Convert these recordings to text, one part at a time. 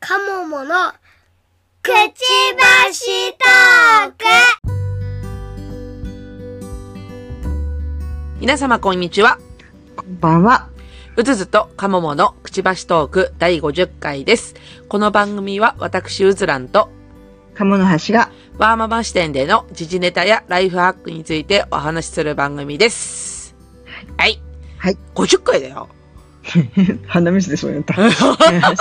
カモモのくちばしトーク皆様こんにちは。こんばんは。うずずとかもものくちばしトーク第50回です。この番組は私うずらんと鴨の橋がワーママ視点での時事ネタやライフハックについてお話しする番組です。はい。はい。 50回だよ。花水でそうやった。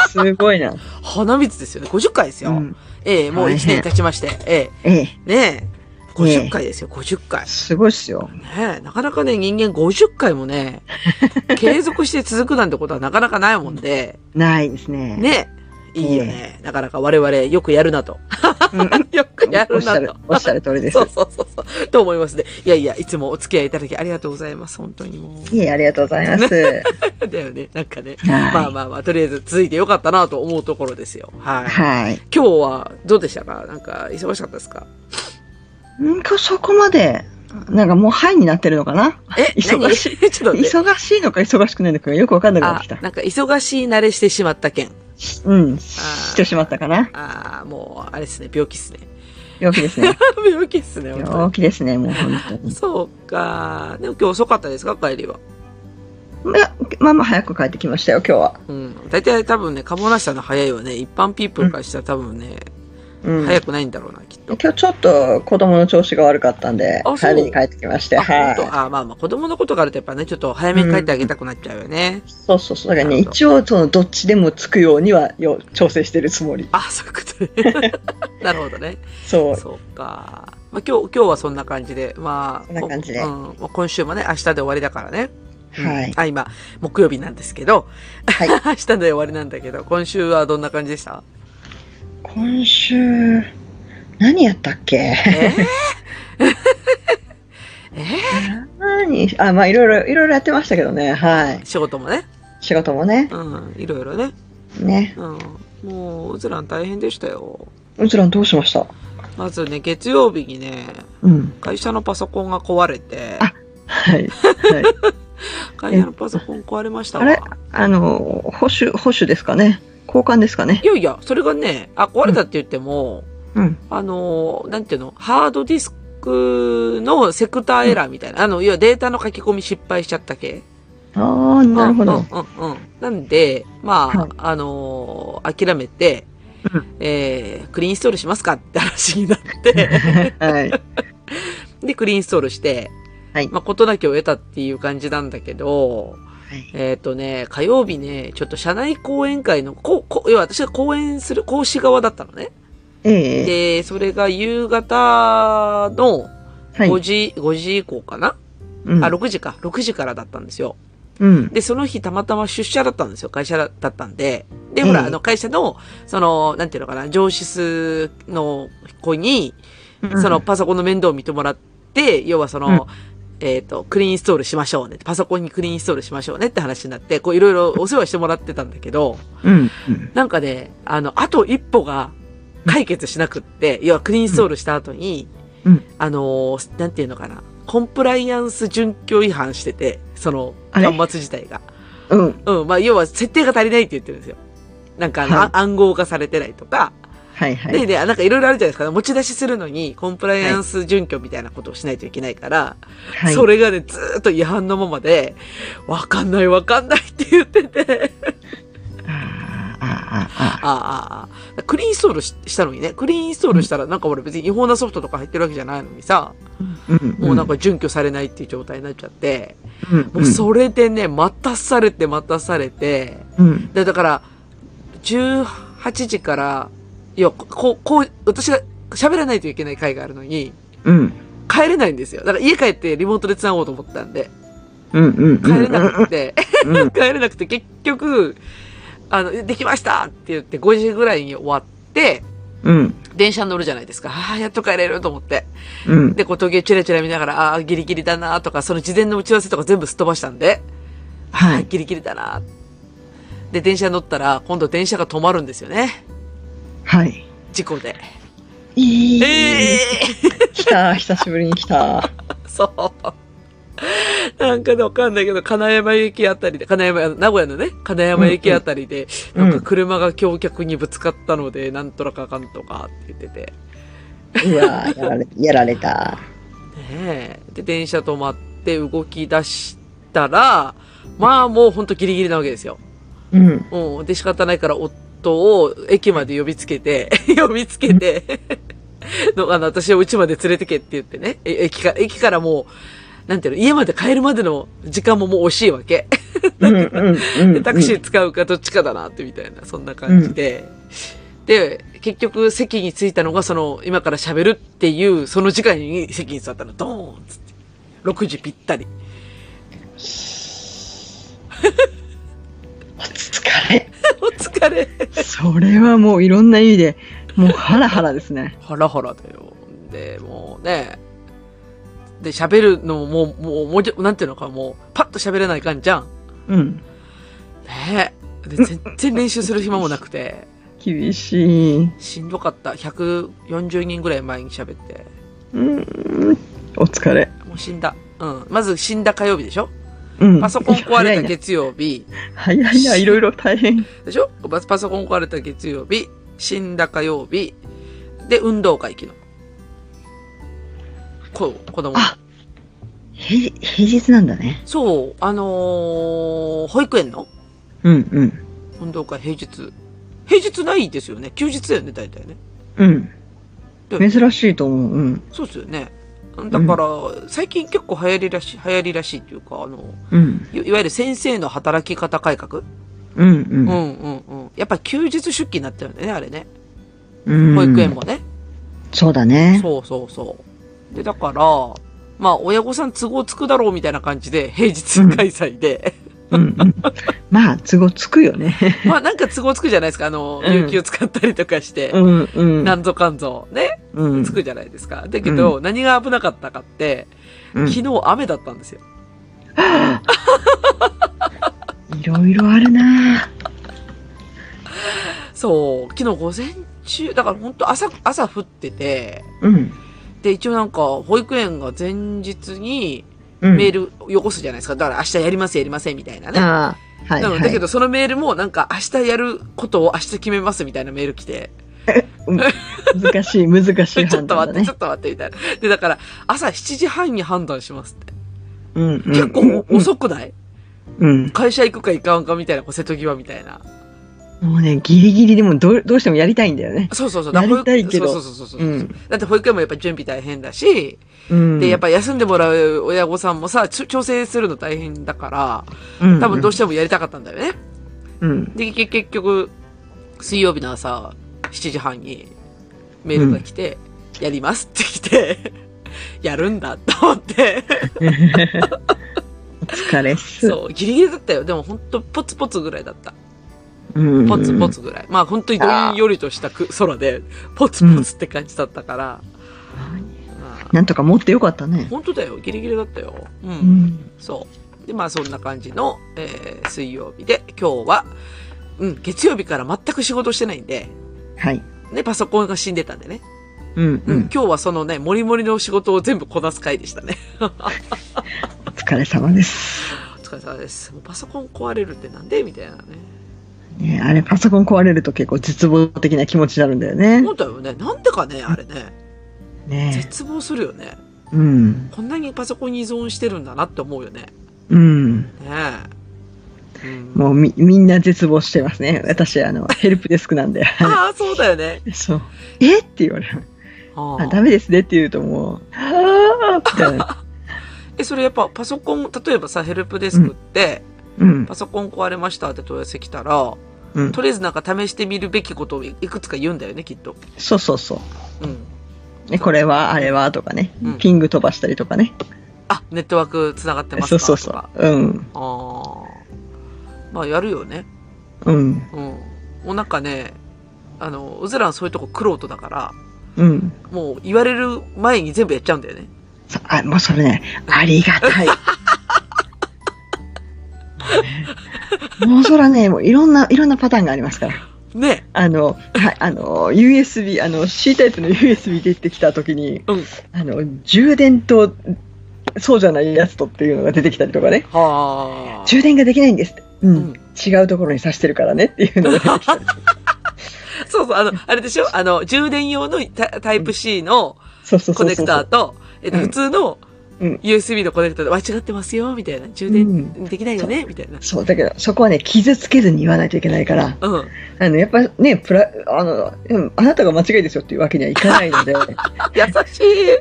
す ごいな。花水ですよね。50回ですうよ。ん、ええもう1大変年経ちまして。えええ、えねえ。50回ですよ、50回。すごいっすよ。ねえ、なかなかね、人間50回もね、継続して続くなんてことはなかなかないもんで、ないですね。ねえ、いいよね。なかなか我々よくやるなと。 うん。よくやおっるしゃなると。、おっしゃる通りですそ。うそうそうそう。と思いますね。いやいや、いつもお付き合いいただきありがとうございます。本当にもいえ、ありがとうございます。う。 だよね。なんかね。はいまあまあまあ、とりあえず続いてよかったなと思うところですよ。はい。はい。今日はどうでしたかなんか忙しかったですかうんか、そこまで、なんかもうはいになってるのかなえ、忙しい。 ちょっと待って。忙しいのか忙しくないのかよくわかんなくなっあてきた、。なんか忙しい慣れしてしまった件。うん。してしまったかなああ、もう、あれですね、病気っすね。 陽気ですね。病気っすね、本当陽気ですね、もう本に。そうか。でも今日遅かったですか帰りは。当に。いや、まあまあ早く帰ってきましたよ、今日は。うん。大体多分ね、カモナシさんの早いはね、一般ピープルからしたら多分ね、うん。早くないんだろうな、きっと。今日ちょっと子供の調子が悪かったんであ、そう帰りに帰ってきまして、あ、はい。本当あ、まあまあ、子供のことがあるとやっぱね、ちょっと早めに帰ってあげたくなっちゃうよね。そうそうそう。だからなね、るほど一応、その、どっちでもつくようには、よ、調整してるつもり。 あ、そういうことね。 なるほどね。そう。そうか。まあ今日、今日はそんな感じで、まあ、そんな感じでうん、まあ今週もね、明日で終わりだからね。うんはい。あ、今、木曜日なんですけど、はい 明日で終わりなんだけど、今週はどんな感じでした今週、何やったっけえー、え何あ、まあ、いろいろ、いろいろやってましたけどね。はいー。 仕事もね。仕事もね。うん、いろいろね。ね。うん。もう、うずらん大変でしたよ。うちらんどうしましたまずね、月曜日にね、うん。会社のパソコンが壊れて、あはい。はい。会社のパソコン壊れましたわ。あれ あの、保守、保守ですかね。交換ですかねい。やいや、それがね、あ、壊れたって言っても、うん。あのー、なんていうの、ハードディスクのセクターエラーみたいな、あの、いや、データの書き込み失敗しちゃった系。ああ、なるほど。うんうんうん。なんで、まあ、はいあのー諦めて、うんえー、クリーンインストールしますかって話になって、 はい。で、クリーンインストールして、はいまあ、ことなきを得たっていう感じなんだけど、えっ、とね、火曜日ね、ちょっと社内講演会の、こう、こう、要は私が講演する講師側だったのね。ええで、それが夕方のはい。 5時、5時以降かな、うんあ、6時か。6時からだったんですよ。うん。で、その日たまたま出社だったんですよ。会社だったんで。で、ほら、ええあの、会社の、その、なんていうのかな、上司数の子に、うんその、パソコンの面倒を見てもらって、要はその、えっ、と、クリーンインストールしましょうね。パソコンにクリーンインストールしましょうねって話になって、こういろいろお世話してもらってたんだけど、 うん。うんなんかね、あの、あと一歩が解決しなくって、要はクリーンインストールした後に、うんあのー、なんていうのかな、コンプライアンス準拠違反してて、その、あれ端末自体が。うん。うん、まあ、要は設定が足りないって言ってるんですよ。なんかあの、はいあ暗号化されてないとか、はいはい。で、で、なんかいろいろあるじゃないですか。持ち出しするのに、コンプライアンス準拠みたいなことをしないといけないから、はい。それがね、ずーっと違反のままで、わかんないわかんないって言ってて、ああ、ああ、あああ。あああ、クリーンインストールししたのにね、クリーンインストールしたらなんか俺別に違法なソフトとか入ってるわけじゃないのにさ、うん。もうなんか準拠されないっていう状態になっちゃって、うん、もうそれでね、待たされて待たされて、うん。で、だから、18時から、いや、こう、こう、私が喋らないといけない回があるのに、うん。帰れないんですよ。だから家帰ってリモートで繋ごうと思ったんで、うん。うん。帰れなくて、う ん。帰れなくて結局、あの、できましたって言って5時ぐらいに終わって、うん。電車に乗るじゃないですか。ああ、やっと帰れると思って。うん。で、こう時計チラチラ見ながら、ああ、ギリギリだなとか、その事前の打ち合わせとか全部すっ飛ばしたんで、はあーい。ギリギリだなで、電車に乗ったら、今度電車が止まるんですよね。はい。事故で。いい。ええ来た、久しぶりに来た。そう。 なんかでわかんないけど、金山駅あたりで、金山、あの名古屋のね、金山駅あたりで、うんうんなんか車が橋脚にぶつかったので、なんとらかかんとかって言ってて。うわーやられ、やられた。ねえ。で、電車止まって動き出したら、まあもうほんとギリギリなわけですよ。うん。うん。で、仕方ないから夫を駅まで呼びつけて、 呼びつけて、の、あの、私を家まで連れてけって言ってね。え駅から、駅からもう、なんていうの、家まで帰るまでの時間ももう惜しいわけ。うんうんうんうで、ん。タクシー使うかどっちかだなってみたいな、そんな感じで。で、結局席に着いたのが、その、今から喋るっていう、その時間に席に座ったの、ドーンっつって。6時ぴったり。 お疲れ。お疲れ。それはもういろんな意味で、もうハラハラですね。ハラハラだよ。で、もうね。で、喋るのも、もう、もう、もうじょ、なんていうのか、もう、パッと喋れない感じじゃん。うん。ねえ。 で、全然練習する暇もなくて、厳しい。しんどかった。140人ぐらい前に喋って。うん。お疲れ。もう死んだ。うん。まず死んだ火曜日でしょうん。パソコン壊れたけ。月曜日。早いな、早いな、いろいろ大変。でしょパパソコン壊れた月曜日。死んだ火曜日。で、運動会昨日。こ子供。あ平日平日なんだね。そう、あのー保育園のうんうん。運動会平日。平日ないですよね。休日だよね、大体ね。うん。珍しいと思う。うん。そうですよね。だから、最近結構流行りらしい、流行りらしいっていうか、あの、うん。いいわゆる先生の働き方改革、うんうん、うん。うんうんうんやっぱ休日出勤になってるんだよね、あれね。うん保育園。もね。そうだね。そうそうそう。で、だから、まあ、親御さん都合つくだろうみたいな感じで、平日開催で。うんうん。 まあ、都合つくよね。まあ、なんか都合つくじゃないですか。あの、うん有給使ったりとかして。うんうん。なんぞかんぞ。ね。うんつくじゃないですか。だけど、何が危なかったかって、うん昨日雨だったんですよ。いろいろあるなそう。昨日午前中、だから本当朝、朝降ってて、うん。で、一応なんか、保育園が前日にうんメールよこすじゃないですか。だから明日やりますやりませんみたいなね。ああ、はい、なはのい。だけど、そのメールもなんか、明日やることを明日決めますみたいなメール来 て、難しい、難しちょいっ判と断待だって、ねちょ。っと待って、みたいな。で、だから、朝7時半に判断しますって。うんうん結構遅くないうん。会社行くか行かんかみたいな、こう瀬戸際みたいな。もうね、ギリギリでもどうどうしてもやりたいんだよね。そうそうそう。やりたいけどそうそうそうそうそう、うんだって保育園もやっぱ準備大変だし、うん。で、やっぱ休んでもらう親御さんもさ、ちょ調整するの大変だから、うん、多分どうしてもやりたかったんだよね。うん。で、け結局、水曜日の朝、7時半にメールが来て、やりますって来て、 やるんだと思 って。お疲れっす。そう、ギリギリだったよ。でもほんとポツポツぐらいだった。うん。ポツポツぐらい。まあ本当にどんよりとしたく空で、ポツポツって感じだったから。まあなんとか持ってよかったね。本当だよ。ギリギリだったよ。うん。うん。そう。で、まあそんな感じの、えー水曜日で、今日は、うん、月曜日から全く仕事してないんで、はい。ね、パソコンが死んでたんでね。うんう、うんん。今日はそのね、モリモリの仕事を全部こなす回でしたね。 お疲れ様です。お疲れ様です。もうパソコン壊れるってなんでみたいなね。ね、あれ、パソコン壊れると結構絶望的な気持ちになるんだよね思。ったよね。なんでかね、あれね。ね絶望するよね。うん。こんなにパソコンに依存してるんだなって思うよね。うん。ねえ。うんもうみ、みんな絶望してますね。私、あの、ヘルプデスクなんで。ああ、そうだよね。そう。えって言われる。あああダメですねって言うともう、あーみたいな。え、それやっぱパソコン、例えばさ、ヘルプデスクって、うん。パソコン壊れましたって問い合わせ来たら、うんとりあえずなんか試してみるべきことをいくつか言うんだよね、きっと。そうそうそう。うん。ねこれは、あれは、とかね、うんピング飛ばしたりとかね。あ、ネットワーク繋がってますそかうそうそとかう。うん。ああ。まあ、やるよね。うん。うん。もうなんかね、あの、うずらんそういうとこ苦労とだから、うん。もう言われる前に全部やっちゃうんだよね。そあ、もうそれね、ありがたい。もうねもうそらね、もういろんな、いろんなパターンがありますから。ね。あの、はい、あの、USB、あの、C タイプの USB 出てきたときに、うんあの、充電とそうじゃないやつとっていうのが出てきたりとかね。はあ。充電ができないんですって。うん。うん違うところに挿してるからねっていうのが出てきたり。そうそう、あの、あれでしょあの、充電用のタタイプ C のそうそうそうコそう。ネクターと、えっと、うん普通のうん USB のコネクターで、わ、違ってますよ、みたいな。充う電できないよね、みたいな。そう、だけど、そこはね、傷つけずに言わないといけないから、うん。あの、やっぱね、プラ、あの、うんあなたが間違いですよっていうわけにはいかない の優で、しい。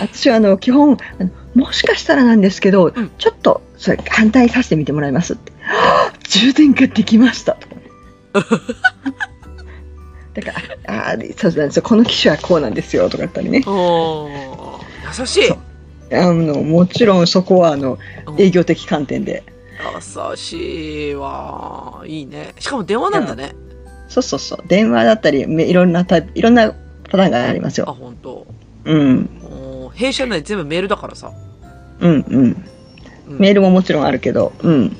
私はあの、基本、あのもしかしたらなんですけど、んちょっと、それ、反対させてみてもらいますって。 はぁ充電ができま したとかね。だから、ああー、そうなんですよ。この機種はこうなんですよとか言ったりね。おー優しいそ。あの、もちろんそこは、あの、うん営業的観点で。優しいわ。いいね。しかも電話なんだね。そうそうそう。電話だったり、めいろんなタイプ、いろんなパターンがありますあ、よ。本当。うん。おー弊社内全部メールだからさ。うんうん。うんメールももちろんあるけど、うん。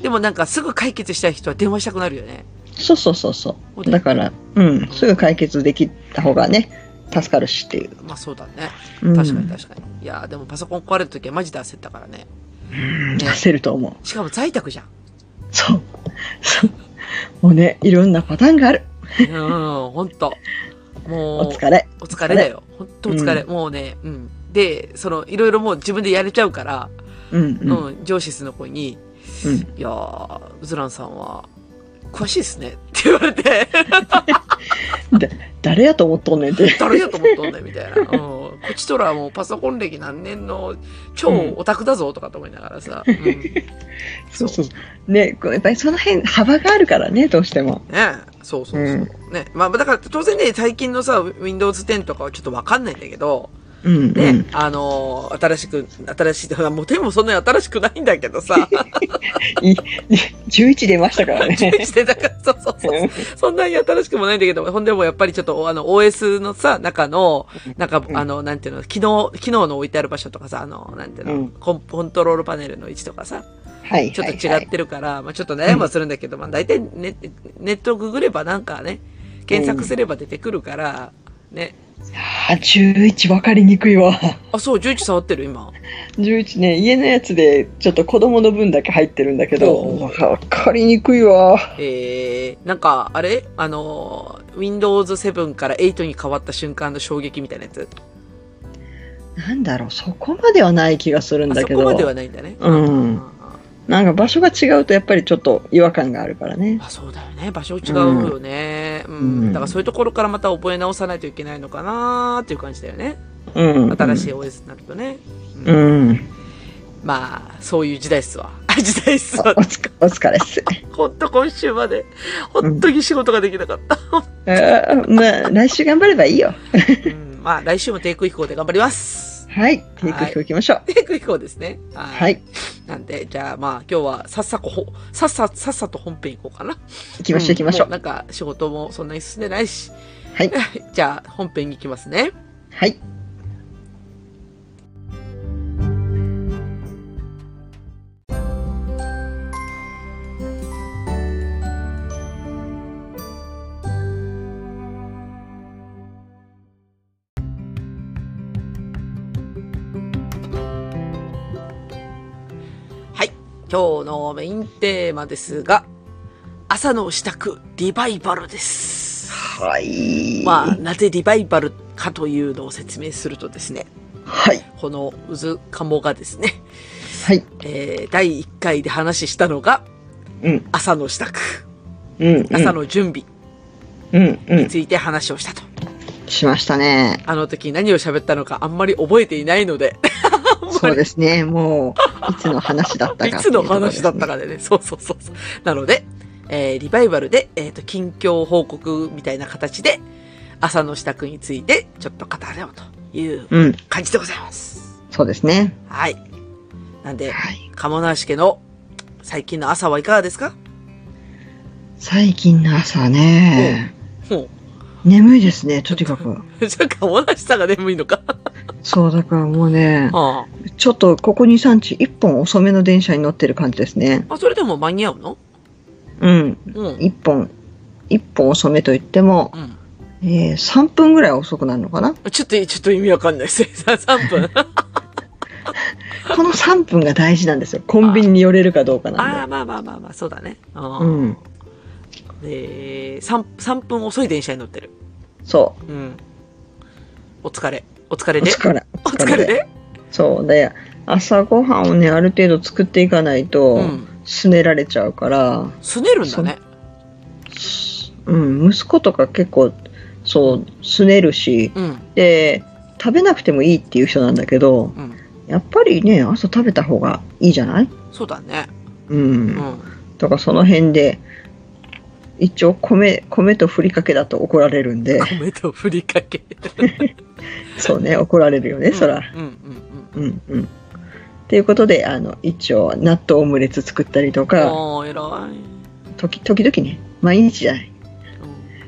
でもなんかすぐ解決したい人は電話したくなるよね。そうそうそうそほんう。とだから、うん。すぐ解決できた方がね、助かるしっていう。まあそうだね。うん、確かに確かに。いやーでもパソコン壊れた時はマジで焦ったからね。うん焦ると思う。しかも在宅じゃん。そう。そう。もうね、いろんなパターンがある。うん、ほんと。もう、お疲れ。お疲れだよ。ほんとお疲れ。もうね、うん。で、その、いろいろもう自分でやれちゃうから、うんう。うんん、上司室の子に、うんいやー、うずらんさんは、詳しいですね。 って言われて、誰やと思っとんねんって。誰やと思っとんねん、みたいな。うん。こっちとらもうパソコン歴何年の超オタクだぞ、とかと思いながらさ。うん。ね そうそうそう。ね、こうやっぱりその辺、幅があるからね、どうしても。そうそうそう。ね。まあ、だから当然ね、最近のさ、Windows 10とかはちょっとわかんないんだけど、うん、ね、うん。あのー新しく、新しい、もう手もそんなに新しくないんだけど さ、い11出ましたからね。してだから、 そうそうそう。そんなに新しくもないんだけど、ほんでもやっぱりちょっと、あの、OS のさ、中の、なんか、うんあの、なんていうの、機能、機能の置いてある場所とかさ、あの、なんていうの、うんコンコントロールパネルの位置とかさ、はい。ちょっとは違いってるから、まあちょっと悩みはするんだけど、まあ大体ネネットをググればなんかね、検索すれば出てくるから、ね。はいあ、11分かりにくいわ。あ、そう、11触ってる、今。 11ね、家のやつで、ちょっと子供の分だけ入ってるんだけおうど、わかりにくいわ。えー、なんか、あれあのー、Windows 7から8に変わった瞬間の衝撃みたいなやつ。なんだろう、そこまではない気がするんあだそけこどまで、はないんだね。うんあなんか場所が違うとやっぱりちょっと違和感があるからね。あそうだよね。場所違うよね。うん。うんだからそういうところからまた覚え直さないといけないのかなーっていう感じだよね。うん。新しい OS になるとね。ううんん。まあ、そういう時代っすわ。あ時代っすおわ。疲お疲れっ す。ほんと今週まで、ほんとに仕事ができなかった。あーまあ、来週頑張ればいいよ。うん、まあ、来週も低空飛行で頑張ります。はい。テイク飛行行きましょう。低空飛行ですね。は。い。なんで、じゃあまあ今日はさっさこほ、さっさ、さっさと本編行こうかな。行きましょう行きましょんうも。なんか仕事もそんなに進んでないし。はい。じゃあ本編に行きますね。はい。はい。今日のメインテーマですが、朝の支度リバイバルです。はい。まあ、なぜリバイバルかというのを説明するとですね、はい。このうずかもがですね、はい。えー第1回で話したのが、うん。朝の支度、うん。うん朝。の準備うん。うにん。ついて話をしたと。しましたね。あの時何を喋ったのかあんまり覚えていないの で、そうですね。もう、いつの話だったいか。つの話だった。かでね、 そうそうそうそう。なので、えーリバイバルで、えっ、と、近況報告みたいな形で、朝の支度についてちょっと語れようといううん。感じでございます。そうですね。はい。なんで、はい。鴨梨家の最近の朝はいかがですか最近の朝ね。も眠いですね、とにかく。う、じゃあ鴨梨さんが眠いのか。そう、だからもうね、あちょっとここ2、3日、1本遅めの電車に乗ってる感じですね。あ。あ、それでも間に合うのうん。うん。 1本、1本遅めと言っても、うん。えー、3分ぐらい遅くなるのかな ちょっと、ちょっと意味わかんないです。3分。この3分が大事なんですよ。コンビニに寄れるかどうかなんで。ああ、まあまあまあまあ、そうだね。う。うんん。で、3、3分遅い電車に乗ってる。そうん。お疲れ。お疲う。れおで。疲れ。お疲れで。そう。で、朝ごはんをね、ある程度作っていかないと、うん。すねられちゃうから、すねるんだね。うん、息子とか結構、そう、すねるし、うん。で、食べなくてもいいっていう人なんだけど、うん。やっぱりね、朝食べた方がいいじゃないそうだね。う。うんん。とか、その辺で、一応米、米とふりかけだと怒られる んで、米とふりかけ。そうね、怒られるよ ね、そら。うんうんうんうん。ということで、あの、一応、納豆オムレツ作ったりとうん。か、おー、偉い。時時々ね、毎日じゃない。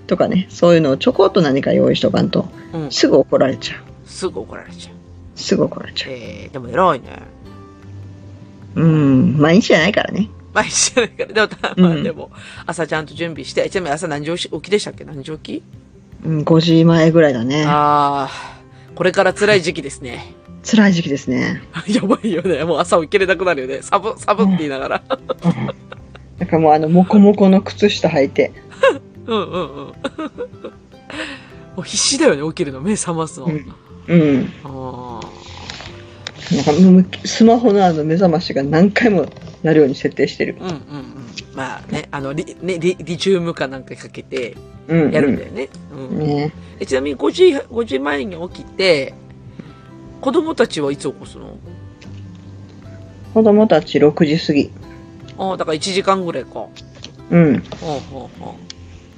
とかね、そういうのをちょこっと何か用意しとかんと、うん。うん。すぐ怒られちゃう。すぐ怒られちゃう。すぐ怒られちゃう。えー、でも偉いね。うん、毎日じゃないからね。毎日じゃないから。でもた、まあうんでも、朝ちゃんと準備して、ちなみに朝何時起きでしたっけ何時起きうん、5時前ぐらいだね。ああ、これから辛い時期ですね。 辛い時期ですね。やばいよね。もう朝起きれなくなるよね。サブ、サブって言いながら。なんかもうあの、もこもこの靴下履いて、うんうん うん。もう必死だよね、起きるの。目覚ますの。うんうん。あなんかもうスマホのあの目覚ましが何回もなるように設定してるー。うんうんうん。まあね、あの、リ、ね、リ、リチウムかなんかかけてうん、うん。やるんだよね。うん。ね。えちなみに5時、5時前に起きて、子供たちはいつ起こすの子供たち6時過ぎ。ああ、だから1時間ぐらいか。うん。ほうほうほ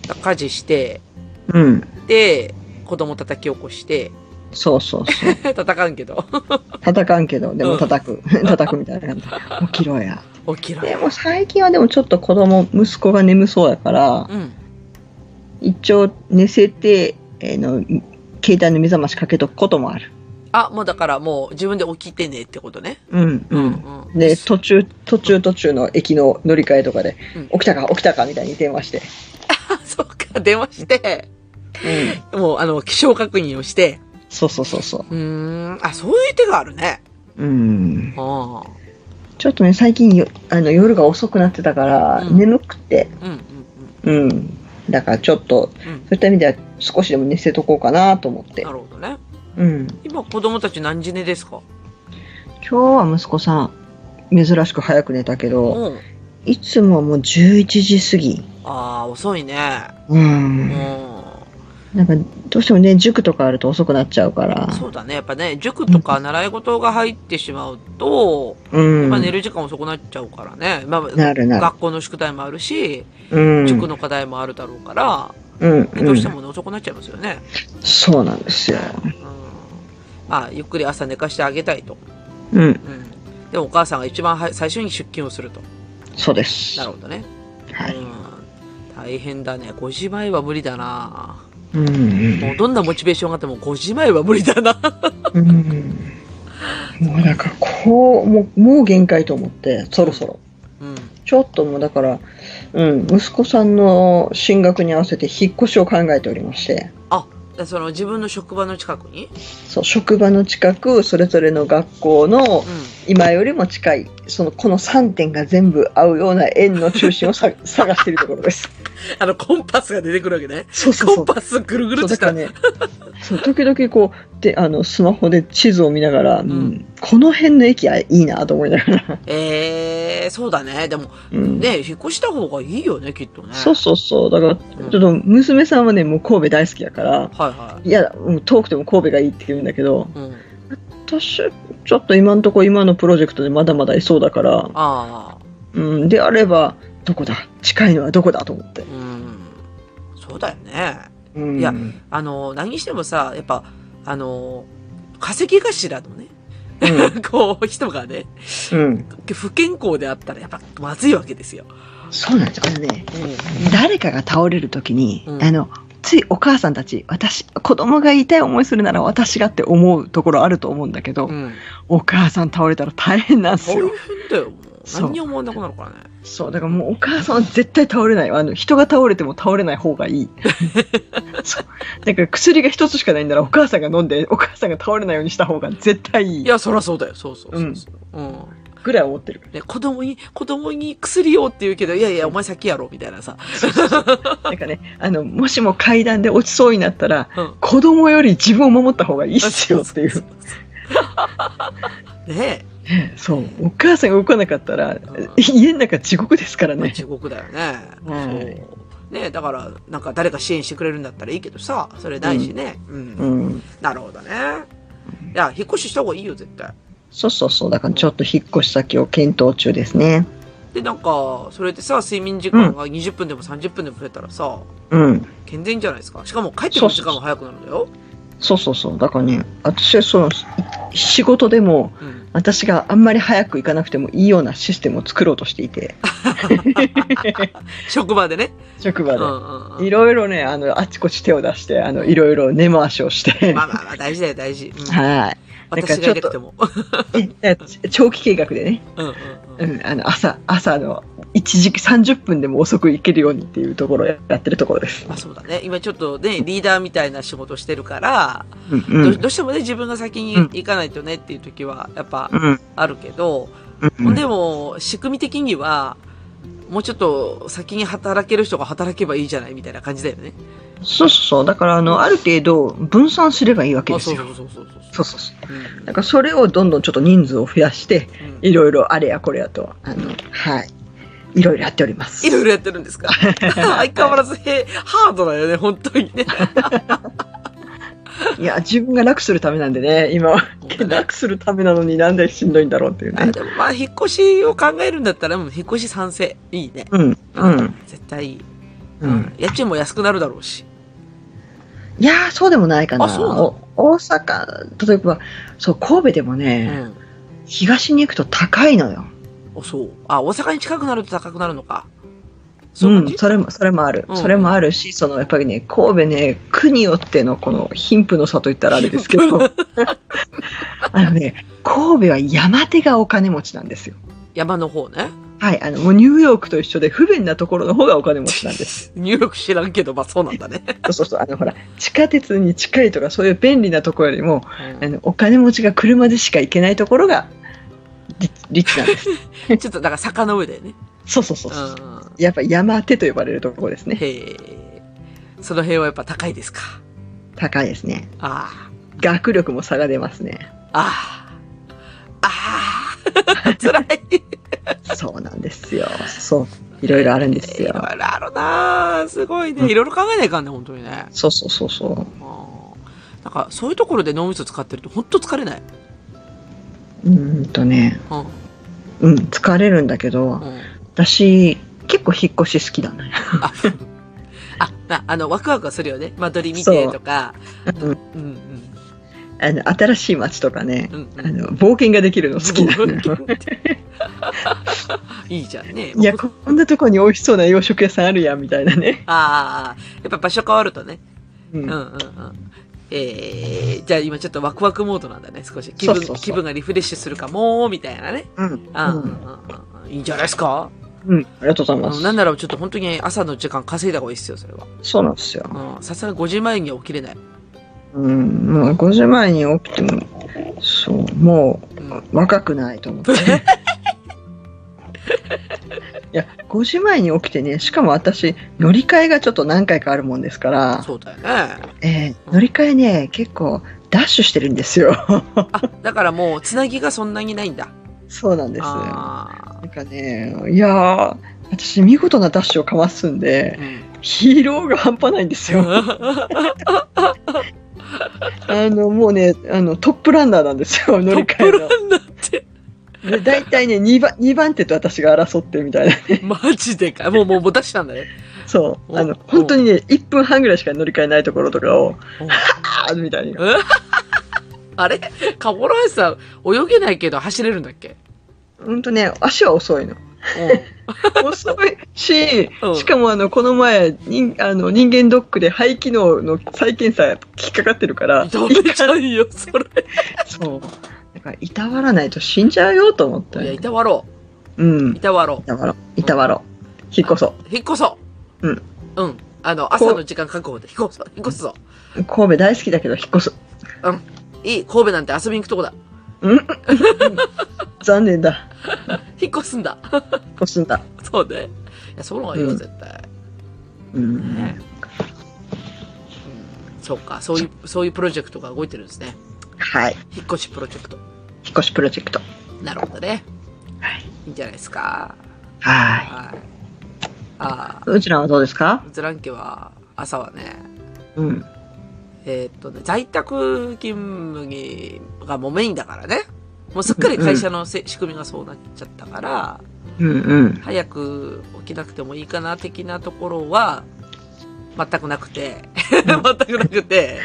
う。だから家事して、うん。で、子供叩き起こして、 そうそうそう。 叩かんけど。 叩かんけど、でうんも叩く。 叩くみたいな感じ。起きろや。起きろでよ。も最近はでもちょっと子供、息子が眠そうやから、うん。一応寝せて、えーの、携帯の目覚ましかけとくこともある。あ、もうだからもう自分で起きてねってことね。うん、うん。うで、途中、途中途中の駅の乗り換えとかで、うん起きたか起きたかみたいに電話して。あ、そうか、電話して、うん。もうあの、気象確認をして。そうそうそうそーうん。あ、そういう手があるね。う。うん。ああ。ちょっとね、最近よあの夜が遅くなってたから、うん眠くて、うんうんうん。だからちょっと、うん。うん。そういった意味では少しでも寝せとこうかなと思ってな。るほどね。うん。今子供たち何時寝ですか今日は息子さん、珍しく早く寝たけど、うん。いつもはもう11時過ぎ。ああ、遅いね。うう。んん。なんか、どうしてもね、塾とかあると遅くなっちゃうから。そうだね。やっぱね、塾とか習い事が入ってしまうと、うやん。っぱ寝る時間遅くなっちゃうからね。まあ、なるなる学校の宿題もあるし、うん。塾の課題もあるだろうから、うん、ねどうしてうんもね遅くなっちゃいますよね。そうなんですよ。うん。まあ、ゆっくり朝寝かしてあげたいと。うん。うん。でもお母さんが一番は最初に出勤をすると。そうです。なるほどね。はうい。ん。大変だね。5時前は無理だな。うんうんもうどんなモチベーションがあっても5時前は無理だな。うん。もうなんか、こう、もう、もう限界と思って、そろそろ。うん。ちょっともうだから、うん、息子さんの進学に合わせて引っ越しを考えておりまして、あ、でその自分の職場の近くにそう、職場の近く、それぞれの学校のうん。今よりも近い、その、この3点が全部合うような円の中心を さ探しているところです。 あの、コンパスが出てくるわけね。そうそうそコうン。パスぐるぐるそっうとだしからた。ね、そう時々こうであのスマホで地図を見ながら、うんんこの辺の駅はいいなと思いながら、ええー、そうだね。でも、うんね、引っ越した方がいいよね、きっとね。そうそうそうだからうんちょっと娘さんはねもう神戸大好きだからはいはいやもう遠くても神戸がいいって言うんだけどい。うん。私ちょっと今のところ今のプロジェクトでまだまだいそうだから、ああ、うん、であればどこだ近いのはどこだと思って、うん。そうだよね。うん、いやあの、何にしてもさ、やっぱ、あの、稼ぎ頭のね、う こう、人がね、ん、うん、不健康であったらやっぱまずいわけですよ。そうなんですよあのねう誰かが倒れるときに、うんあの、ついお母さんたち、私、子供が痛い思いするなら私がって思うところあると思うんだけど、ん。うん。お母さん倒れたら大変なんです大変よ。だよ、もう。そう何にも思わなくなるからね。そう、だからもうお母さんは絶対倒れない。あの、人が倒れても倒れない方が いい。そう。だから薬が一つしかないんならお母さんが飲んで、お母さんが倒れないようにした方が絶対いい。いや、そらそうだよ。そうそうそうそう。うん。ぐらい思ってる。 ね、子供に、子供に薬をって言うけど、いやいや、お前先やろ、みたいなさ。なんかね、あの、もしも階段で落ちそうになったら、うん。子供より自分を守った方がいいっすよって いそうう。ねそう。お母さんが動かなかったら、家の中地獄ですからえ、まあね。地獄だよね。はいそう。ねえ、だから、なんか誰か支援してくれるんだったらいいけどさ、それないしね。うん。うん。なるほどね。いや、引っ越しした方がいいよ、絶対。そうそうそう。だからちょっと引っ越し先を検討中ですね。で、なんか、それでさ、睡眠時間が20分でも30分でも増えたらさ、うん。健全じゃないですか。しかも帰ってくる時間も早くなるんだよ。そうそうそう。だからね、私はその、い仕事でも、うん。私があんまり早く行かなくてもいいようなシステムを作ろうとしていて、職場でね。 職う場んうで。んうん。いろいろね、あの、あちこち手を出して、あの、いろいろ根回しを して、まあまあまあ、大事だよ、大事。うん、 はい。なんか私がいなくても。え長期計画でね、うんうんう。うんん、あの朝朝の一時期30分でも遅く行けるようにっていうところをやってるところですま。あそうだね。今ちょっとね、リーダーみたいな仕事してるから、うんうどんどうしてもね、自分が先にうん行かないとねっていう時は、やっぱうんあるけど、うんでも、仕組み的には、もうちょっと先に働ける人が働けばいいじゃないみたいな感じだよね。そうそうそうだからあのある程度分散すればいいわけあでそうすよ。そうそうそうそう。そうそうそううんだからそれをどんどんちょっと人数を増やしてうんいろいろあれやこれやとあのはいいろいろやっております。いろいろやってるん ですか相変わらずへハードだよね、本当にね。いや自分が楽するためなんでね今は楽するためなのになんでしんどいんだろうっていうあね。でもまあ、引っ越しを考えるんだったら、もう引っ越し賛成。いいね。うんうん絶対いい。ううんん。家賃も安くなるだろうし。いやー、そうでもないかな。あそうなのお大阪、例えば、そう、神戸でもうね、ん。東に行くと高いのよ。あ、そう。あ、大阪に近くなると高くなるのか。うい感ん、じそれも、それもある。うんそれもあるし、その、やっぱりね、神戸ね、区によってのこの貧富の差といったらあれですけど、 あのね、神戸は山手がお金持ちなんですよ。山の方ね。はい、あの、もうニューヨークと一緒で不便なところの方がお金持ちな んです。入力知らんけど、まあそうなんだね。そうそうそう、あの、ほら、地下鉄に近いとかそういう便利なところよりも、あうんの、お金持ちが車でしか行けないところが、リッチリッチなんです。 ちょっとだから坂の上だよね。そうそうそううそう。ん。やっぱ山手と呼ばれるところですね。へえ。その辺はやっぱ高いですか。高いですね。あ学力も差が出ますね。あ。ああ。ああ。 辛い。そうなんですよ。そう。いろいろあるんですいろいよ。ろあるなあすごいね。いろいろ考えないかんね、本当にね。そうそうそうそう。うんなんか、そういうところで脳みそ使ってると、本当疲れない。うーんとね、うん。うん、疲れるんだけど、うん。私、結構引っ越し好きだね。 あ、あ、なあの、ワクワクはするよね。間取り見てとか。うんうんうん。あの、新しい街とかねう、んあうん。の、冒険ができるの好きなのよ。 いいじゃんね。いや、こんなとこに美味しそうな洋食屋さんあるやん、みたいなね。ああ、やっぱ場所変わるとね。ううんんうんうん。えー、じゃあ今ちょっとワクワクモードなんだね、少し。気分、そうそうそう気分がリフレッシュするかも、みたいなね。うん。うんうんうんうん。いいんじゃないですかうん。ありがとうございまうんなんす。ならちょっと本当に朝の時間稼いだ方がいいっすよ、それは。そうなんですよ。うん。さすがに5時前には起きれない。うん、もう5時前に起きても、そう、もうん。う若くないと思って。いや、5時前に起きてね、しかも私、乗り換えがちょっと何回かあるもんですから、 そうだよね。えー乗り換えね、結構ダッシュしてるんですよ。 あ、だからもう、つなぎがそんなにないんだ。そうなんです。なあんかね、いやー、私見事なダッシュをかますんあ。で、うん。疲労が半端ないんです よ。あの、もうね、あの、トップランナーなんですよ、乗り換えの。なんだって。で、大体ね、2番、二番手と私が争ってみたいな。マジでか。もう、もう、もう出したんだね。そう。あのお、本当にね、1分半ぐらいしか乗り換えないところとかを、うんあーみたいに。あれ カモロハシさん、泳げないけど走れるんだっけほんとね、足は遅 いの。遅いしうん、しかもあの、この前、人あの人間ドックで肺機能の再検査引っかかってるから、うん。ダメじゃんよ、それ。そう。だから、いたわらないと死んじゃうよと思っいや、いて。たわろう。うんい。たわろ。いたわろ。いたわろ。引っ越そう引っ越そう。うん。うん。あの、朝の時間確保で引っ越そう。引っ越すぞ。う。神戸大好きだけど引っ越す。いい。神戸なんて遊びに行くとこだ。うん。残念だ。引っ越すんだ。引っ越すんだ。そうね。いや、その方がいいよ、うん絶対。うん。そうか。そういう、そういうプロジェクトが動いてるんですね。はい。引っ越しプロジェクト。引っ越しプロジェクト。なるほどね。はい。いいんじゃないですか。ははい。ああ、い。うちらはどうですかズラン家は、朝はね、うん。えーっとね、在宅勤務がもうメインだからね。もうすっかり会社のせ、仕組みがそうなっちゃったから、うんうん。早く起きなくてもいいかな的なところは、全くなくて、 全くなくて、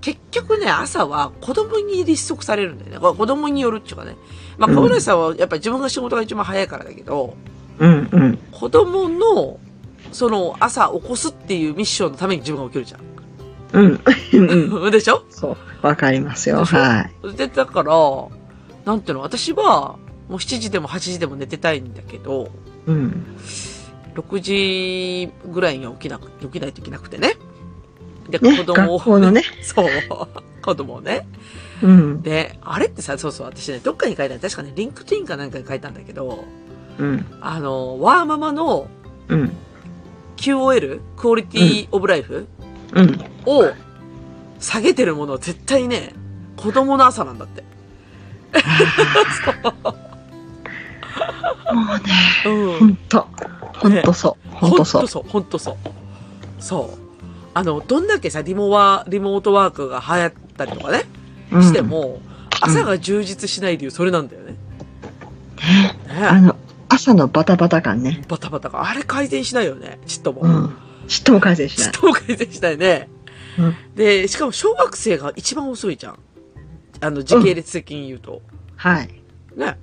結局ね、朝は子供に立足されるんだよね。これ子供によるっちゅうかね。まあ、うん小林さんはやっぱり自分が仕事が一番早いからだけど、うんうん。子供の、その朝起こすっていうミッションのために自分が起きるじゃ うん。うん。ん。でしょそう。わかりますよ。でしょはい。で、だから、なんていうの、私は、もう7時でも8時でも寝てたいんだけど、うん。 6時ぐらいには起きなく、起きないといけなくてね。で、ね、子供を、学校のね。 そう、子供をね。うん。で、あれってさ、そうそう、私ね、どっかに書いた、確かね、リンクトゥインかなんかに書いたんだけど、うん。あの、ワーママのうん。 QOL、クオリティオブライフうん。を下げてるものは絶対ね、子供の朝なんだって。 もうね、うんほ。んと。ほんとそう。ほんとそう。そう。ほんとそう。そう。あの、どんだけさ、リモワ、リモートワークが流行ったりとかね、うんしても、朝が充実しない理由、それなんだよね。あねの、朝のバタバタ感ね。バタバタが。あれ改善しないよね、ちっとも。うん。ちっとも改善しちなっい。とも改善しないね。うんで、しかも小学生が一番遅いじゃん。あの、時系列的に言うと。はい。ね。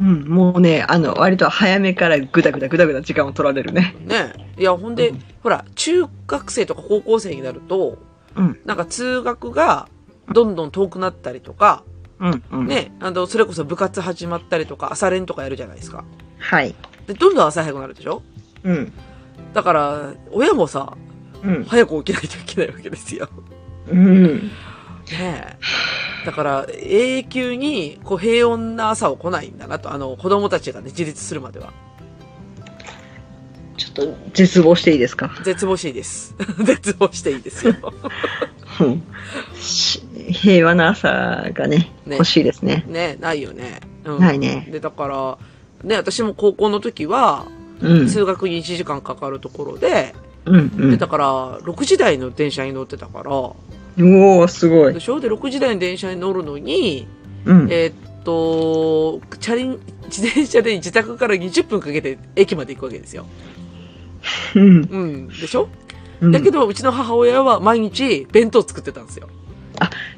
うん。もうね、あの、割と早めからぐだぐだぐだぐだ時間を取られるね。ね。いや、ほんで、うんほら、中学生とか高校生になると、うんなんか通学がどんどん遠くなったりとか、うん。うん。ね、あの、それこそ部活始まったりとか、朝練とかやるじゃないですか。はい。で、どんどん朝早くなるでしょうん。だから、親もさ、うん。早く起きないといけないわけですよ。うん。ねえ。だから、永久に、こう、平穏な朝を来ないんだなと、あの、子供たちがね、自立するまでは。ちょっと絶望していいですか絶望していいです。 絶望していいですよ。 うんし平和な朝がね、ね欲しいですね。ねえ、ないよね。うん。ないね。で、だから、ね、私も高校の時は、うん。通学に1時間かかるところで、うんで、だから、6時台の電車に乗ってたから、うん。おおすごいで。しょで、6時台に電車に乗るのに、うん。えーっと、チャリン、 自転車で自宅から20分かけて駅まで行くわけですよ。うん。うん。でしょうんだけど、うちの母親は毎日弁当作ってたんですよ。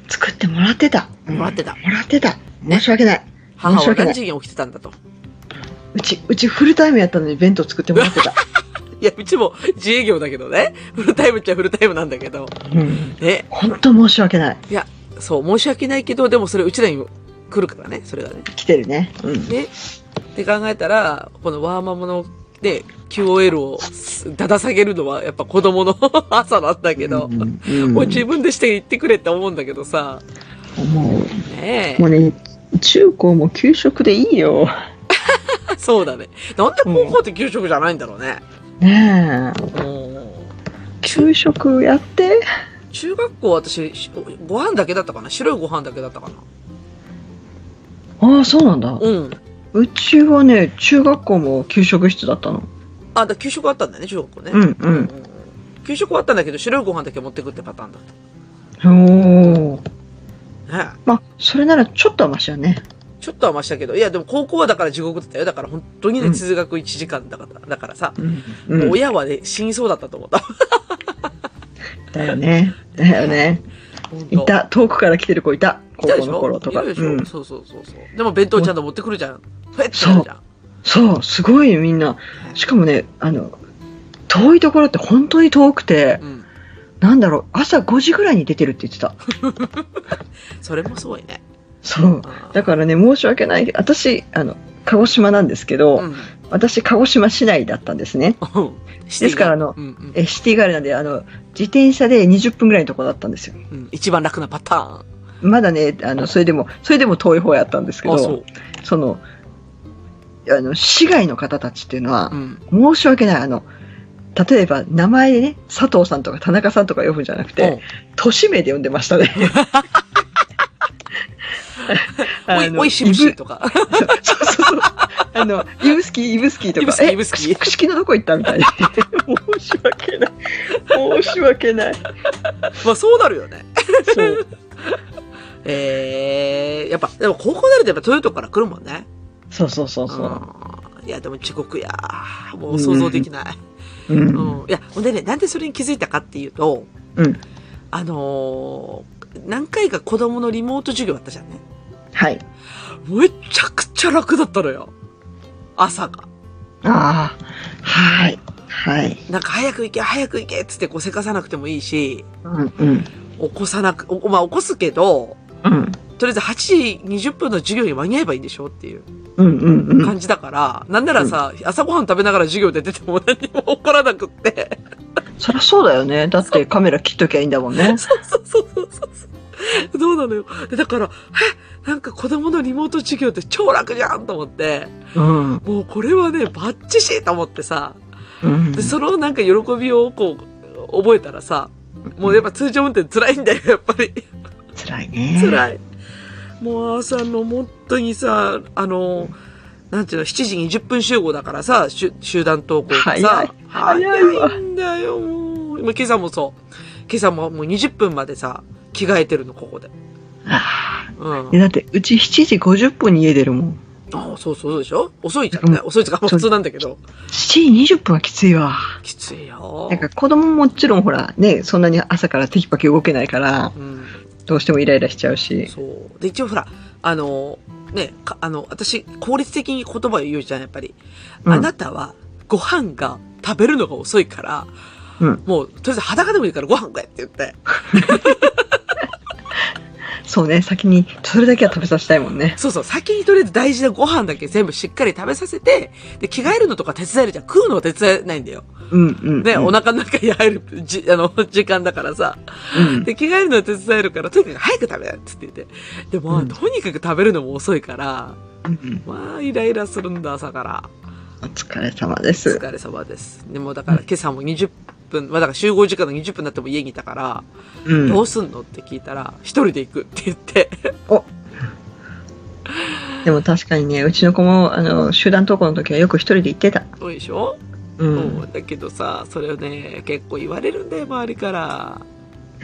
作ってもらってた。うんもらってた。もらってた。申し訳ない。母申しは訳な何い時に起きてたんだと。うち、うちフルタイムやったのに弁当作ってもらってた。いや、うちも自営業だけどね。フルタイムっちゃフルタイムなんだけど。うん。ね。本当申し訳ない。そう、申し訳ないけど、でもそれうちらに来るからね、それがね。来てるね。うん。ね。って考えたら、このワーママの、で、QOL をすだだ下げるのは、やっぱ子供の 朝なんだけど。うんうんもう自分でして言ってくれって思うんだけどさ。もねう、もうね、中高も給食でいいよ。え。そうだね。なんで高校って給食じゃないんだろうね。ねうえ。ん。給食やって。中学校私、しご飯だけだったかな白いご飯だけだったかなああ、そうなんだ。うん。うちはね、中学校も給食室だったの。あ、だ給食あったんだよね、中学校ね。う。んううん、給食はあったんだけど、白いご飯だけ持ってくってパターンだっん。おお。た。ねまあ、それならちょっとはマシだね。えちょっとはましたけど、いや、でも高校はだから地獄だったよ。だから本当にうね、ん通学1時間だから、だからさ、うん。もううん、親はね、死にそうだったと思った。だよね。だよね。本当い。た。遠くから来てる子いた。い高たで校しの頃ょといか。るでしょ、うん。そうそうそうそう。でも弁当ちゃんと持ってくるじゃん。ふえってなるじゃん。そう、すごいみんな。しかもね、あの、遠いところって本当に遠くてう、ん。なんだろう、朝5時ぐらいに出てるって言ってた。それもすごいね。そう。あーだからね、申し訳ない。私、あの、鹿児島なんですけど、うん。私、鹿児島市内だったん ですね。ですからあのうんうんえシティガールなんで、あの、自転車で20分ぐらいのところだったんですよ。うん一番楽なパターン。まだね、あの、それでも、それでも遠い方やったんですけど、あ、そう。その、あの、市外の方たちっていうのはう、ん。申し訳ない。あの、例えば、名前でね、佐藤さんとか田中さんとか呼ぶんじゃなくて、都市名で呼んでましたね。うんおい、おいしむしとか。 そうそうそう。あの、イブスキー、イブスキーとイブかス、キーえイブスキーくしきのどこ行ったみたいな。申し訳ない。申し訳ない。 まあそうなるよね。そう。ええやっぱ、でも高校になるとやっぱトヨタから来るもんね。そうそうそううそん。いや、でも地獄や。もう想像できない。う。うん。うん。いや、ほんでね、なんでそれに気づいたかっていうと、うんあのー何回か子供のリモート授業あったじゃんね。はい。めちゃくちゃ楽だったのよ。朝が。ああ。はい。はい。なんか早く行け、早く行けっつってこうせかさなくてもいいし、うんうん。起こさなく、おまあ起こすけど、うん。とりあえず8時20分の授業に間に合えばいいんでしょっていううんうんうん。感じだから、なんならさ、朝ごはん食べながら授業で出ても何にも起こらなくって。そりゃそうだよね。だってカメラ切っときゃいいんだもんね。そうそうそうそうそうそう。どうなのよ。でだから、え、なんか子供のリモート授業って超楽じゃんと思って、うん。もうこれはね、バッチシと思ってさ、うんで、そのなんか喜びをこう、覚えたらさ、もうやっぱ通常運転辛いんだよ、やっぱり。辛いね。辛い。もう朝の本当にさ、あの、なんていうの、7時20分集合だからさ、集集団登校さ、早い早いわ早いんだよ、もう。今今朝もそう。今朝ももう20分までさ、着替えてるの、ここで。あうんあ。え。だって、うち7時50分に家出るもん。ああ、そうそうそうでしょ遅いじゃんね。う遅いっていうか、普通なんだけど。 7時20分はきついわ。きついよなん。か子供ももちろんほらね、そんなに朝からテキパキ動けないから、うん。どうしてもイライラしちゃうし。そう。で、一応ほら、あの、ね、かあの、私、効率的に言葉を言うじゃん、やっぱり。うんあなたは、ご飯が食べるのが遅いから、うんもう、とりあえず裸でもいいからご飯食えって言って。そうね、先にそれだけは食べさせたいもんね。そうそう、先にとりあえず大事なご飯だけ全部しっかり食べさせて、で、着替えるのとか手伝えるじゃん。食うのは手伝えないんだよ。うんうん。ね、うん、お腹の中に入る、じ、あの、時間だからさ。うんで、着替えるのは手伝えるから、とにかく早く食べなっつって言って。でも、うんとにかく食べるのも遅いから、うんまあ、イライラするんだ、朝から。お疲れ様でおす。疲れ様です。でもだから今朝も20分、まあだから集合時間の20分になっても家にいたから、うんどうすんのって聞いたら、一人で行くって言って。 でも確かにね、うちの子もあの集団登校の時はよく一人で行ってた。そうでしょ、う。うんだけどさ、それをね、結構言われるんだよ、周りから。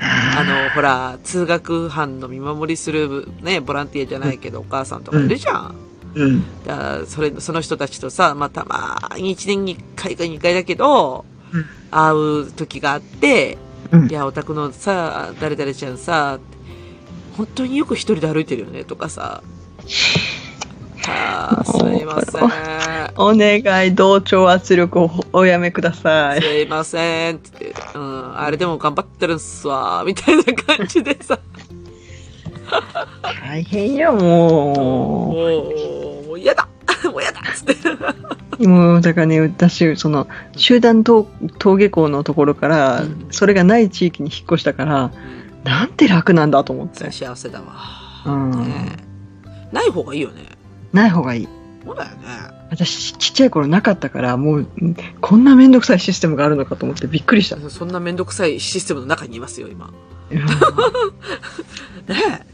ああの、ほら、通学班の見守りする、ね、ボランティアじゃないけど、お母さんとかいるじゃん。の、うん。だからそれ、その人たちとさ、まあ、たまに1年に1回か2回だけどうん、会う時があって、うんいや、お宅のさ、誰々ちゃんさ、本当によく一人で歩いてるよね、とかさ。あーすいませお願い、同調圧力をおやめくださん。い。すいません。って言って、うん、あれでも頑張ってるんすわ、みたいな感じでさ、大変よ、ももう、もう嫌だもう嫌だっつ って。う。もう、だからね、私、その、集団登登下校のところからうん、それがない地域に引っ越したから、なんて楽なんだと思って。幸せだわ。うんねえない方がいいよね。ない方がいい。そうだよね。私、ちっちゃい頃なかったから、もう、んこんなめんどくさいシステムがあるのかと思ってびっく りした。そんなめんどくさいシステムの中にいますよ、今。うんね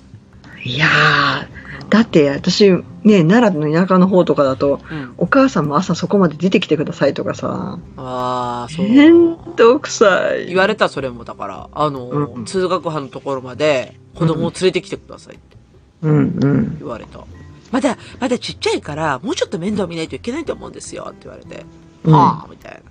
いやー、だって私、ね、奈良の田舎の方とかだと、え。うん。お母さんも朝そこまで出てきてくださいとかさ、ああ、そう。めんどくさい。言われた、それも。だから、あの、うん通学班のところまで子供を連れてきてくださいってうんうん。言われた。まだ、まだちっちゃいから、もうちょっと面倒見ないといけないと思うんですよって言われて。うんああ、みたい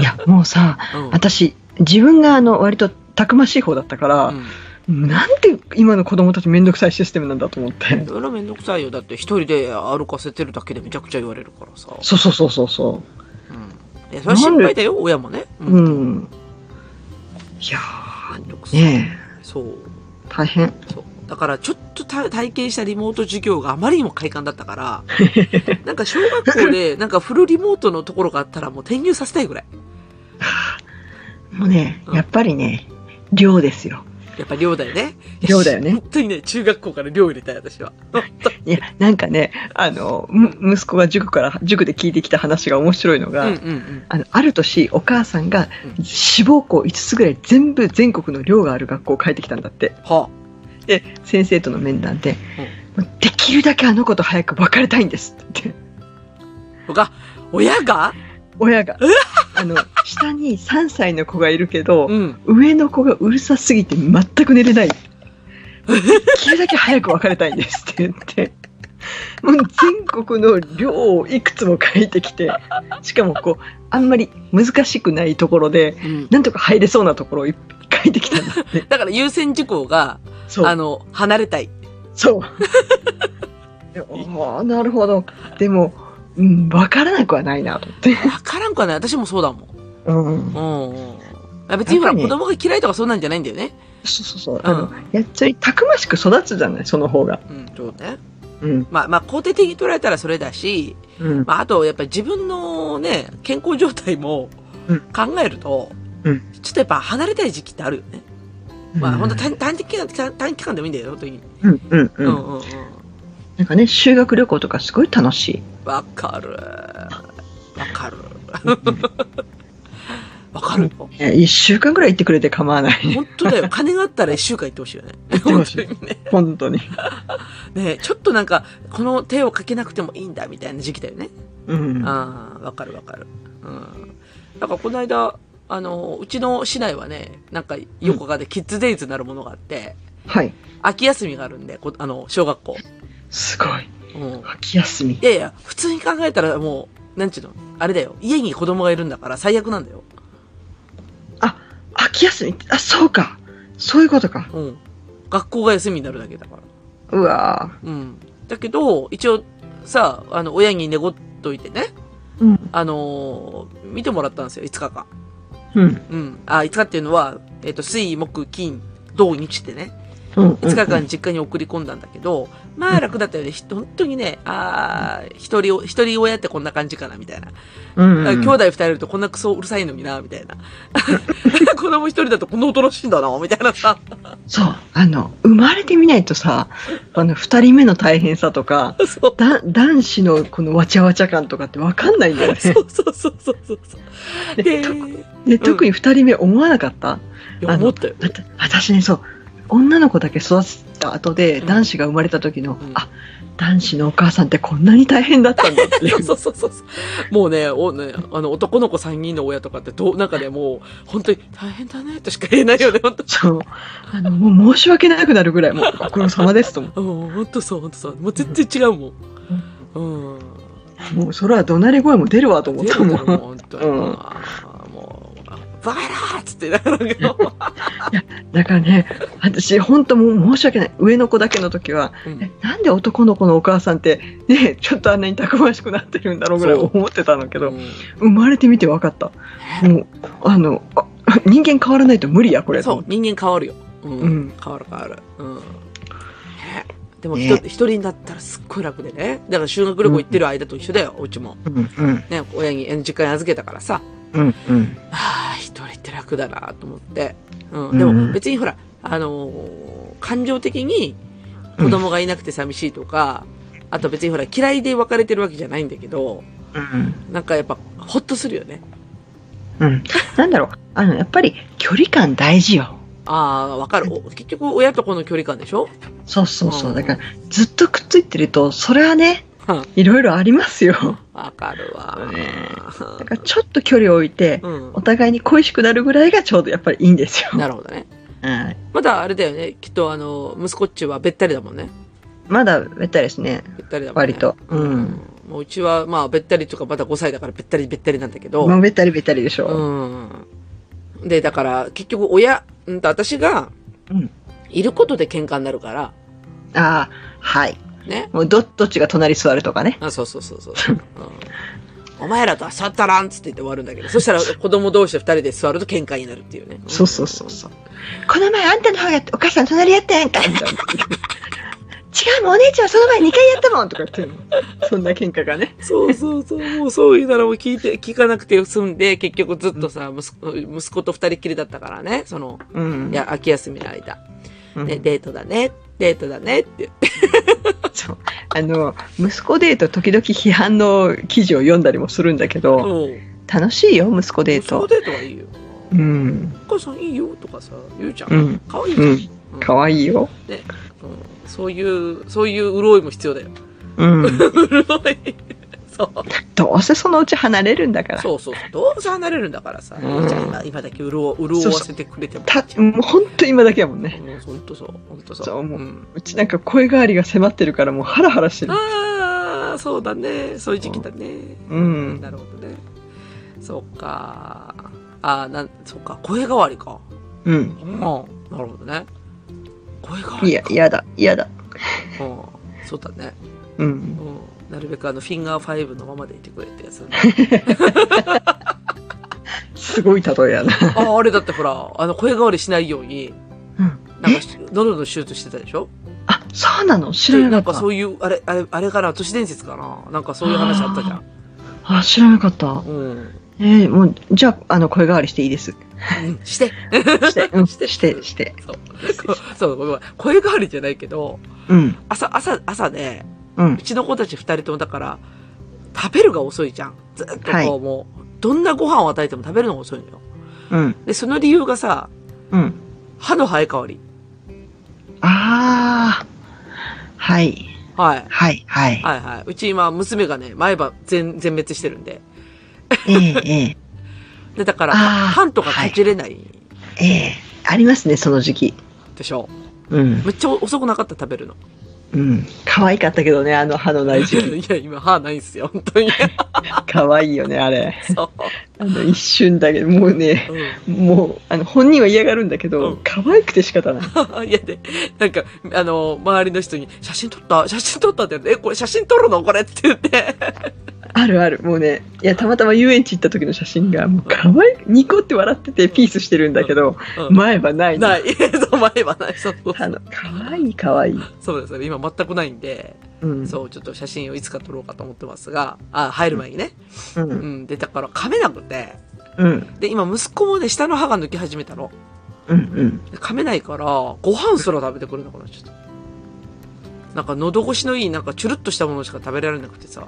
いや、もうさ、な。うん。私、自分があの、割とたくましい方だったから、うんなんて今の子供たちめんどくさいシステムなんだと思ってい。ろいろめんどくさいよ。だって一人で歩かせてるだけでめちゃくちゃ言われるからさ。そうそうそうそうそう。うん。いや、それは心配だよ、親もね。う。うんん。いやめんどくさい。ーねそう。え、大変。そう。だから、ちょっとた体験したリモート授業があまりにも快感だった から、なんか小学校で、なんかフルリモートのところがあったらもう転入させたいぐらい。もうねう、んやっぱりね、寮ですよ。やっぱ寮だよね。寮だよね本当にね、中学校から寮入れたい、私は。いや、なんかね、あの、む息子が塾から、塾で聞いてきた話が面白いのうんが、うんうん。あの、ある年、お母さんがう志望校5つぐらい全部全国の寮がある学校を変えてきたんだって。はで、先生との面談で、もうできるだけあの子と早く別れたいんですって言って。あ。が、親が親が。あの、下に3歳の子がいるけど、うん。上の子がうるさすぎて全く寝れない。できるだけ早く別れたいんですって言って。もう全国の寮をいくつも書いてきて、しかもこう、あんまり難しくないところで、うん。なんとか入れそうなところをいっぱい書いてきたんだって。だから優先事項が、そあう。の、離れたい。そう。でおーなるほど。でも、うん、わからなくはないなと思って。わからんかね、私もそうだもん。うん。うんうん。あ別にほら、やっぱりね子供が嫌いとかそうなんじゃないんだよね。そうそうそう。あの、やっちゃい、たくましく育つじゃない、その方が。うん、そうね。うん。まあ、まあ、肯定的に捉えたらそれだし、うん。まあ、あと、やっぱり自分のね、健康状態もうん考えると、うんちょっとやっぱ離れたい時期ってあるよね。まあ、本当短短期間、短短期間でもいいんだよ、本当に。うんうんううんん。うんうん。なんかね、修学旅行とかすごい楽しい。わかる。わかる。 わかるよ。え一週間ぐらい行ってくれて構わないね。本当だよ。金があったら一週間行ってほしいよね。てほしい本当にね。本当に。ねちょっとなんか、この手をかけなくてもいいんだみたいな時期だよね。うん。ああ、わかるわかる。うん。なんかこの間、あの、うちの市内はね、なんか横がで、キッズデイズなるものがあって、はい。秋休みがあるんで、こあの、小学校。すごい。うん。秋休みい。やいや、普通に考えたらもう、なんちゅうの、あれだよ。家に子供がいるんだから最悪なんだよ。秋休みってあ、そうか。そういうことか。うん。学校が休みになるだけだから。うわうん。だけど、一応、さ、あの、親に寝ごっといてね、ぁ。うん。あのー見てもらったんですよ、5日間。うん。うん。あ、5日っていうのは、えっ、と、水、木、金、土、日ってね、うん。うん5日間実家に送り込んだんだけど、まあ楽だったよね。ひ本当にね、ああ、一人お、一人親ってこんな感じかな、みたいな。うん。兄弟二人いるとこんなクソうるさいのにな、みたい な。子供一人だとこんなおとなしいんだな、みたいなさ。そう。あの、生まれてみないとさ、あの、二人目の大変さとか、そう。だ男子のこのわちゃわちゃ感とかってわかんないんだよ ね。そうそうそうそうそうそう。で、でい特で、特に二人目思わなかったや思ったよ。だって私ねそう女の子だけ育てた後でうん男子が生まれた時の、うんあ男子のお母さんってこんなに大変だったんだっていそう そううそうそうそう。もうね、おね、あの、男の子三人の親とかって、どう、なんかね、もう、本当に大変だね、としか言えないよね、本当そうあのもう申し訳なくなるぐらいもうご苦労様ですと思うん、ほんとそう、ほんとそう。もう全然違うもん。うん。うもうそれは怒鳴り声も出るわと思っ出たるもだろ、んほんとうんに。あーもう、バカラーっつって言いながらだけ ど。だからね私本当もう申し訳ない上の子だけの時はうえんなんで男の子のお母さんってねちょっとあんなにたくましくなってるんだろうぐらいそう思ってたんだけうどん生まれてみて分かったもうあのあ人間変わらないと無理やこれとそ思うっ、て人間変わるよ。うん。うん変わる変わる。うん。ねでも、ねひと一人になったらすっごい楽でね。だから修学旅行行ってる間と一緒だよ、うちも。うんうんね、親に、え実家に預けたからさ。うんうんああ、一人って楽だなと思って。う。うんんでも別にほら、あのー感情的に子供がいなくて寂しいとか、あと別にほら嫌いで別れてるわけじゃないんだけど、うんなんかやっぱほっとするよね。うん、なんだろうあのやっぱり距離感大事よああ、わかる。お結局親と子の距離感でしょ そうそうそう、うんだからずっとくっついてるとそれはねうんいろいろありますよわかるわ。ねだからちょっと距離を置いてうんお。互いに恋しくなるぐらいがちょうどやっぱりいいんですよ、なるほどね。うん、まだあれだよね。きっとあの、息子っちはべったりだもんね。まだべったりですねべったりだもんね。割と、う、。うんもううちはまあべったりとかまだ5歳だからべったりべったりなんだけど。もうべったりべったりでしょ、うん。で、だから、結局、親、うんと、私がうん、いることで喧嘩になるから、ああはいね。もうどどっちが隣座るとかね あ、そうそうそうそう。うんお前らとは去ったらんっつって言って終わるんだけど、そしたら子供同士で二人で座ると喧嘩になるっていうね。そうそうそうそう。この前あんたの方がお母さん隣やったやんか みたいな。違うもんお姉ちゃんその前2回やったもんとか言ってるの。そんな喧嘩がね。そうそうそう、もうそういうならもう聞いて、聞かなくて済んで、結局ずっとさ、息子息子と二人っきりだったからね、その、うん。いや、秋休みの間。うんね、デートだね、デートだねって。そう。あの、息子デート時々批判の記事を読んだりもするんだけど、うん。楽しいよ、息子デー息子ト。デートはいいよ。うん。お母さんいいよとかさ、言うじゃん。う可愛ん。かわいいじゃ。うんん。かわいいよ。うんそういう、そういう潤いも必要だよ。うん。潤い。 そう。どうせそのうち離れるんだから。そうそうそう。どうせ離れるんだからさ、うんいいじゃん今だけ潤う潤わせてくれても。た、もうほんと今だけやもんね。うんほんとそう。ほんとそう。そう思うんうちなんか声変わりが迫ってるからもうハラハラしてる。ああ、そうだね。そういう時期だね。うん。なるほどね。そうか。ああ、なん、そうか。声変わりか。うん。うん。なるほどね。声変わいりや、か。嫌だ、嫌だ。うん。そうだね。うん。うん。なるべくあの、フィンガーファイブのままでいてくれってやつ、すごい例えやな。 あ、あれだってほら、あの、声変わりしないように、うんなんか、喉の手術してたでしょあ、そうなの知らななんかかったそ。ういう、あれ、あれ、あれかな、都市伝説かななんかそういう話あったじゃん。あ、知らなかった。うん。えー、もう、じゃあ、あの、声変わりしていいです。うんして。して、うん、 してして、して。そう。そう、ごめん声変わりじゃないけど、うん、朝、朝、朝ね、うんう、ちの子たち二人ともだから、食べるが遅いじゃん。ずっとこう、はいもう、どんなご飯を与えても食べるのが遅いのよ。うん、で、その理由がさ、うん。歯の生え変わり。あー、はい、はい。はい、はい。はいはい。うち今、娘がね、前歯全、全滅してるんで。えー、えで、だから、あー歯とかかじれないー、えー、ありますね、その時期。でしょ。うん、めっちゃ遅くなかった食べるの。うん。可愛かったけどね、あの歯のない 時期。いや、今、歯ないんすよ、本当に。 可愛いよね、あれ。そう。あの、一瞬だけど、もうね、うもう、あの、本人は嫌がるんだけうどん、可愛くて仕方ない。ん。い やで、なんか、あの、周りの人に、写真撮った写真撮ったって言って、え、これ写真撮るのこれって言って。あるある。もうね、いや、たまたま遊園地行った時の写真が、もう可愛い、ニコって笑っててピースしてるんだけど、うん前歯ないのない。 そう、前はない。そうそうあの、可愛い可愛い。そうですね。今全くないんで、うん。そう、ちょっと写真をいつか撮ろうかと思ってますが、あ、入る前にね。う。うんん。で、だから噛めなくて、うん。で、今息子もね、下の歯が抜き始めたの。うん。うん。で噛めないから、ご飯すら食べてくれなくなっちゃった。なんか喉越しのいい、なんかチュルッとしたものしか食べられなくてさ。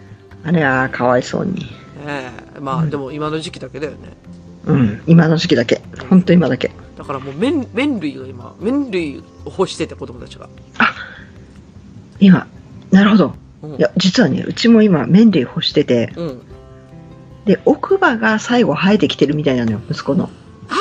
あれは、かわいそうに。ええまあ、うんでも今の時期だけだよねうん。今の時期だけ。ほんと今だけ。だからもう麺麺類が今麺類を欲してて子供たちが、今。なるほど。うん、いや、実はね、うちも今、麺類干してて、うんで、奥歯が最後生えてきてるみたいなのよ、息子の。あ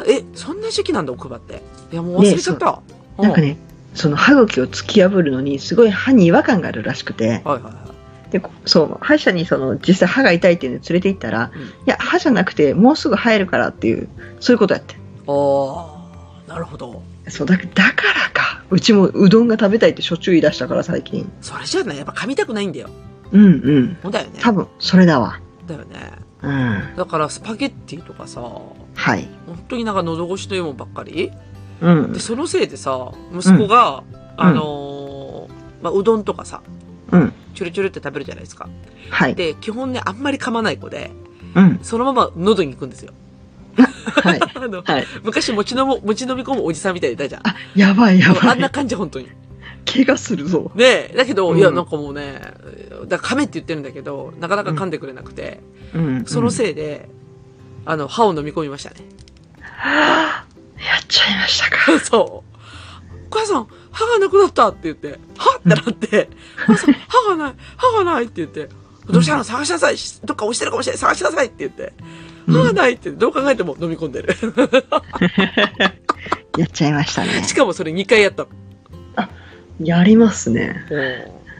あえそんな時期なんだ奥歯っていやもう忘れちゃった、うなんかね、その歯茎を突き破るのに、すごい歯に違和感があるらしくて、はいはいはでこそう歯医者にその実際歯が痛いっていうので連れて行ったら、うんいや歯じゃなくてもうすぐ生えるからっていうそういうことやっいてああなるほどそうだだからかうちもうどんが食べたいってしょっちゅう言い出したから最近それじゃねやっぱ噛みたくないんだようんうんほんだよね多分それだわだよねうんだからスパゲッティとかさ本はい当になんか喉越しのいいもんばっかりうんでそのせいでさ息子が、あのーまあ、うどんとかさうんチュルチュルって食べるじゃないですかはいで基本ねあんまり噛まない子でうんそのまま喉に行くんですよ。 はいあの、 はい昔持ちのも、持ち飲み込むおじさんみたいにいたじゃん。あやばいやもうあばんない感じ、本当に。怪我するぞで、だけど、うんいや、なんかもうね、だから噛めって言ってるんだけど、なかなか噛んでくれなくて、うんそのいせいで、あの、歯を飲み込みましたね。 やっちゃいました かそう。お母さん、歯がなくなったって言って、歯ってなって、お母さん、歯がない、歯がないって言って、どうしたの探しなさいしどっか落ちてるかもしれない探しなさいって言って、うん歯がないって、どう考えても飲み込んでる。 やっちゃいましたねしかもそれ2回やったの。やりますね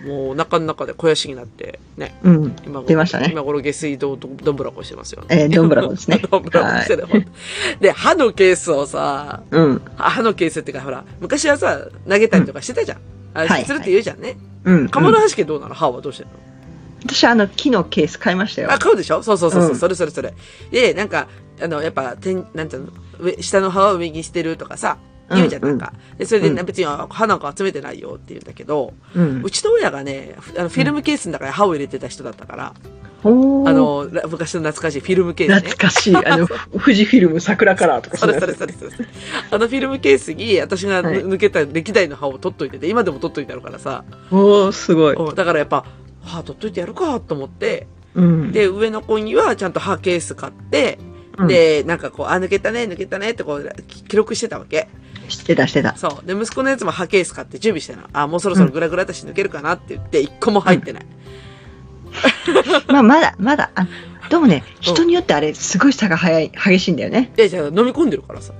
もう、もうお腹の中で肥やしになって、ね、うん今頃出ましたね今頃下水道どどんぶらこしてますよね。えーどんぶらこ ですね どんぶらこしてる、ほんとで、歯のケースをさ、うん歯のケースっていうか、ほら、昔はさ、投げたりとかしてたじゃん。あれはいするって言うじゃんね。うんかまど橋家どうなの歯はどうしてるの私あの木のケース買いましたよあ、。買うでしょそうそうそうそう、うんそれそれそれ。で、なんか、あの、やっぱ、てん、なんていうの、上下の葉を上にしてるとかさ、言うじゃん、うなんうんんか。で、それで、うん別にあ歯なんか集めてないよって言うんだけど、うんう。ちの親がね、ふあのフィルムケースの中に歯を入れてた人だったから、おーあの、ら昔の懐かしいフィルムケースね懐。かしい。あの、富士フィルム桜カラーとかそんなれやつそれそれそれ。あのフィルムケースに、私がはい抜けた歴代の歯を取っといてて、今でも取っといてあるからさ、おー、すごい。うんだからやっぱ、歯取っといてやるかと思って、うん。で、上の子にはちゃんと歯ケース買って、うん、で、なんかこう、あ、抜けたね、抜けたねってこう、き記録してたわけ。してたしてた。そう。で、息子のやつも歯ケース買って準備してな。あ、もうそろそろグラグラだし抜けるかなって言って、一個も入ってない。まあ、まだ、まだ、あ、でもね、人によってあれ、すごい差が早い、激しいんだよね。いや、じゃあ飲み込んでるからさ。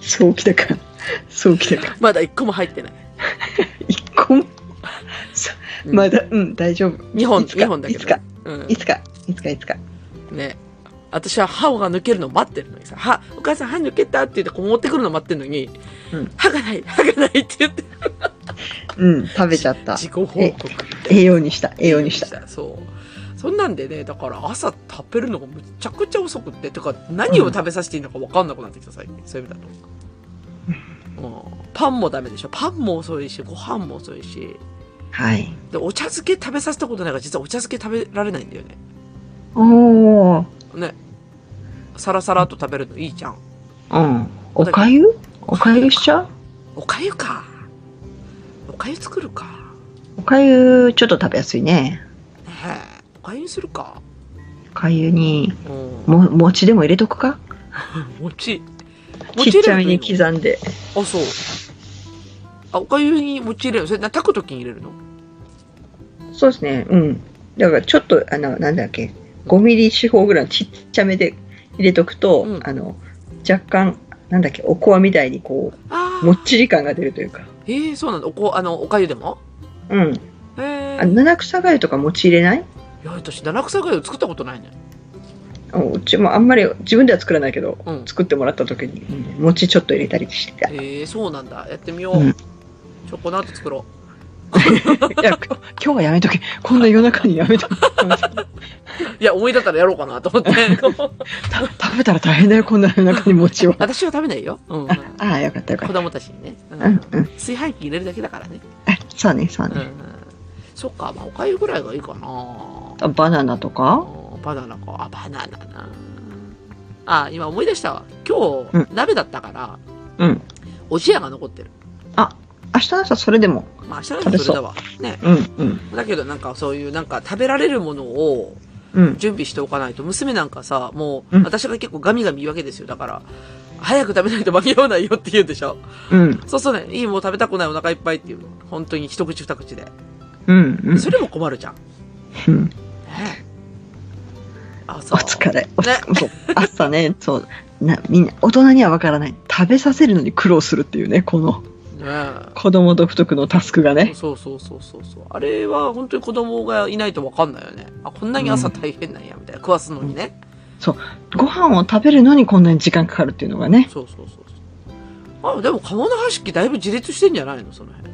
そうきたか。そうきたか。まだ一個も入ってない。一個も。さうん まだ、うん、大丈夫。二本、いつ二か本だけど、いつか。うんい。つか、いつか、いつか。ね。私は歯が抜けるのを待ってるのにさ、歯、お母さん歯抜けたって言ってこう持ってくるの待ってるのに、うん歯がない、歯がないって言って、うん、食べちゃった。自己報告。栄養にした、栄養にした。。そう。そんなんでね、だから朝食べるのがむちゃくちゃ遅くって、てか何を食べさせていいのか分かんなくなってきた、最近。そういう意味だ と。うんパンもダメでしょ。パンも遅いし、ご飯も遅いし。はい。で、お茶漬け食べさせたことないから、実はお茶漬け食べられないんだよね。おー。ね。サラサラっと食べるのいいじゃん。うん。おかゆおかゆしちゃうおかゆか。おかゆ作るか。おかゆ、ちょっと食べやすいね。ねえ。おかゆにするか。おかゆに、うん。も、餅でも入れとくか餅。ちっちゃめにん刻んで。あ、そう。あ、おかゆに餅入れるのそれ、な炊くときに入れるのそうですね。うん。だからちょっと、あの、なんだっけ、5ミリ四方ぐらいのちっちゃめで入れとくと、うんあの、若干、なんだっけ、おこわみたいにこあう、もあ。っちり感が出るというか。えー、そうなんだ。おこ、あの、おかゆでもうん。ええあ七草がゆとか餅入れないいや、私、七草がゆ作ったことないね。あうちもあんまり自分では作らないけど、うん作ってもらった時に、うん餅ちょっと入れたりして た。いええー、そうなんだ。やってみよう。うんチョコナット作ろ や、今日はやめとけ。こんな夜中にや めとけ。う。いや、思い立ったらやろうかなと思 って。。食べたら大変だよ、こんな夜中に餅を私は食べないよ。うん。ああ、よかったよかっ子た。供たちにね、うんうんうん。炊飯器入れるだけだからね。あそうね、そううん、ね。そっか、まあ、おかゆぐらいがいいかな。あバナナとかバナナか。あ、バナナな。あ、今思い出したわ。今日、うん鍋だったから、うん。おじやが残ってる。明日の朝それでも。まあ、明日のそれだわ。ね。うん、うん。だけどなんかそういうなんか食べられるものをうん。準備しておかないと、娘なんかさ、もうう、ん私が結構ガミガミ言うわけですよ。だから、早く食べないと間に合わないよって言うでしょ。うん。そうそうね、いいもう食べたくないお腹いっぱいっていうの。本当に一口二口で。うん。うんそれも困るじゃん。うん。ねあ、そおう。疲れ。お疲れ。そう朝ね、そう。な、みんな、大人にはわからない。食べさせるのに苦労するっていうね、このね子供独特のタスクがね。そうそうそうそうそう。あれは本当に子供がいないと分かんないよね。あ、こんなに朝大変なんや、みたいな。食わすのにね。ご飯を食べるのにこんなに時間かかるっていうのがね。そうそうそうそう。あ、でも、鴨の橋木だいぶ自立してんじゃないのその辺。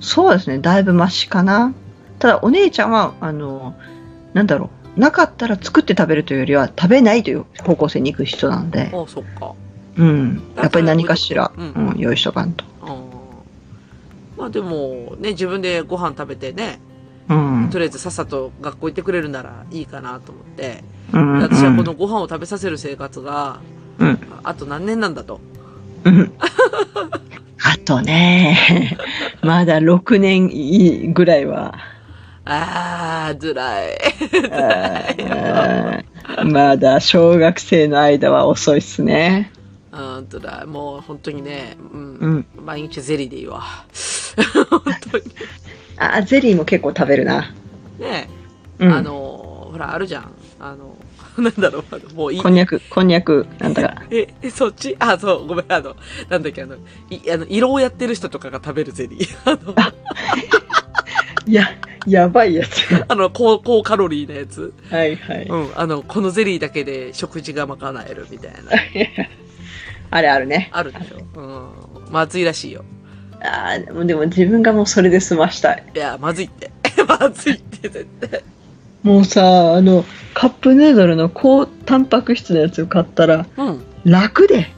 そうですね、だいぶマシかな。ただ、お姉ちゃんは、あの、なんだろう。なかったら作って食べるというよりは、食べないという方向性に行く人なんで、あ、そっか。うん。やっぱり何かしら、ううんん、用意しとかんと。あーまあでも、ね、自分でご飯食べてね、うん。とりあえずさっさと学校行ってくれるならいいかなと思って。うんうん私はこのご飯を食べさせる生活が、うんあと何年なんだと。うんあとね、 まだ6年いいぐらい は、あー、辛い。あーまだ小学生の間は遅いっすね。うん、辛い。もう本当にね、うん。うん。毎日ゼリーでいいわ。本当に。あ、ゼリーも結構食べるな。ねえ、うん、あの、ほら、あるじゃん。あの、 なんだろう、あのもういいこ。んにゃく、こんにゃく、なんだか。え、えそっち あ、そう、ごめん、あの、なんだっけ、あの、いあの色をやってる人とかが食べるゼリー。 あの、いや、やばいやつ。 あの高高カロリーなやつ。はいはい。うん、あの、このゼリーだけで食事が賄えるみたいな。 あれあるね。あるでしょ。うん。まずいらしいよ。あーでもでも自分がもうそれで済ましたい。いや、まずいって。ま 熱いって絶対。もうさ、あの、カップヌードルの高タンパク質のやつを買ったら、うん。楽で、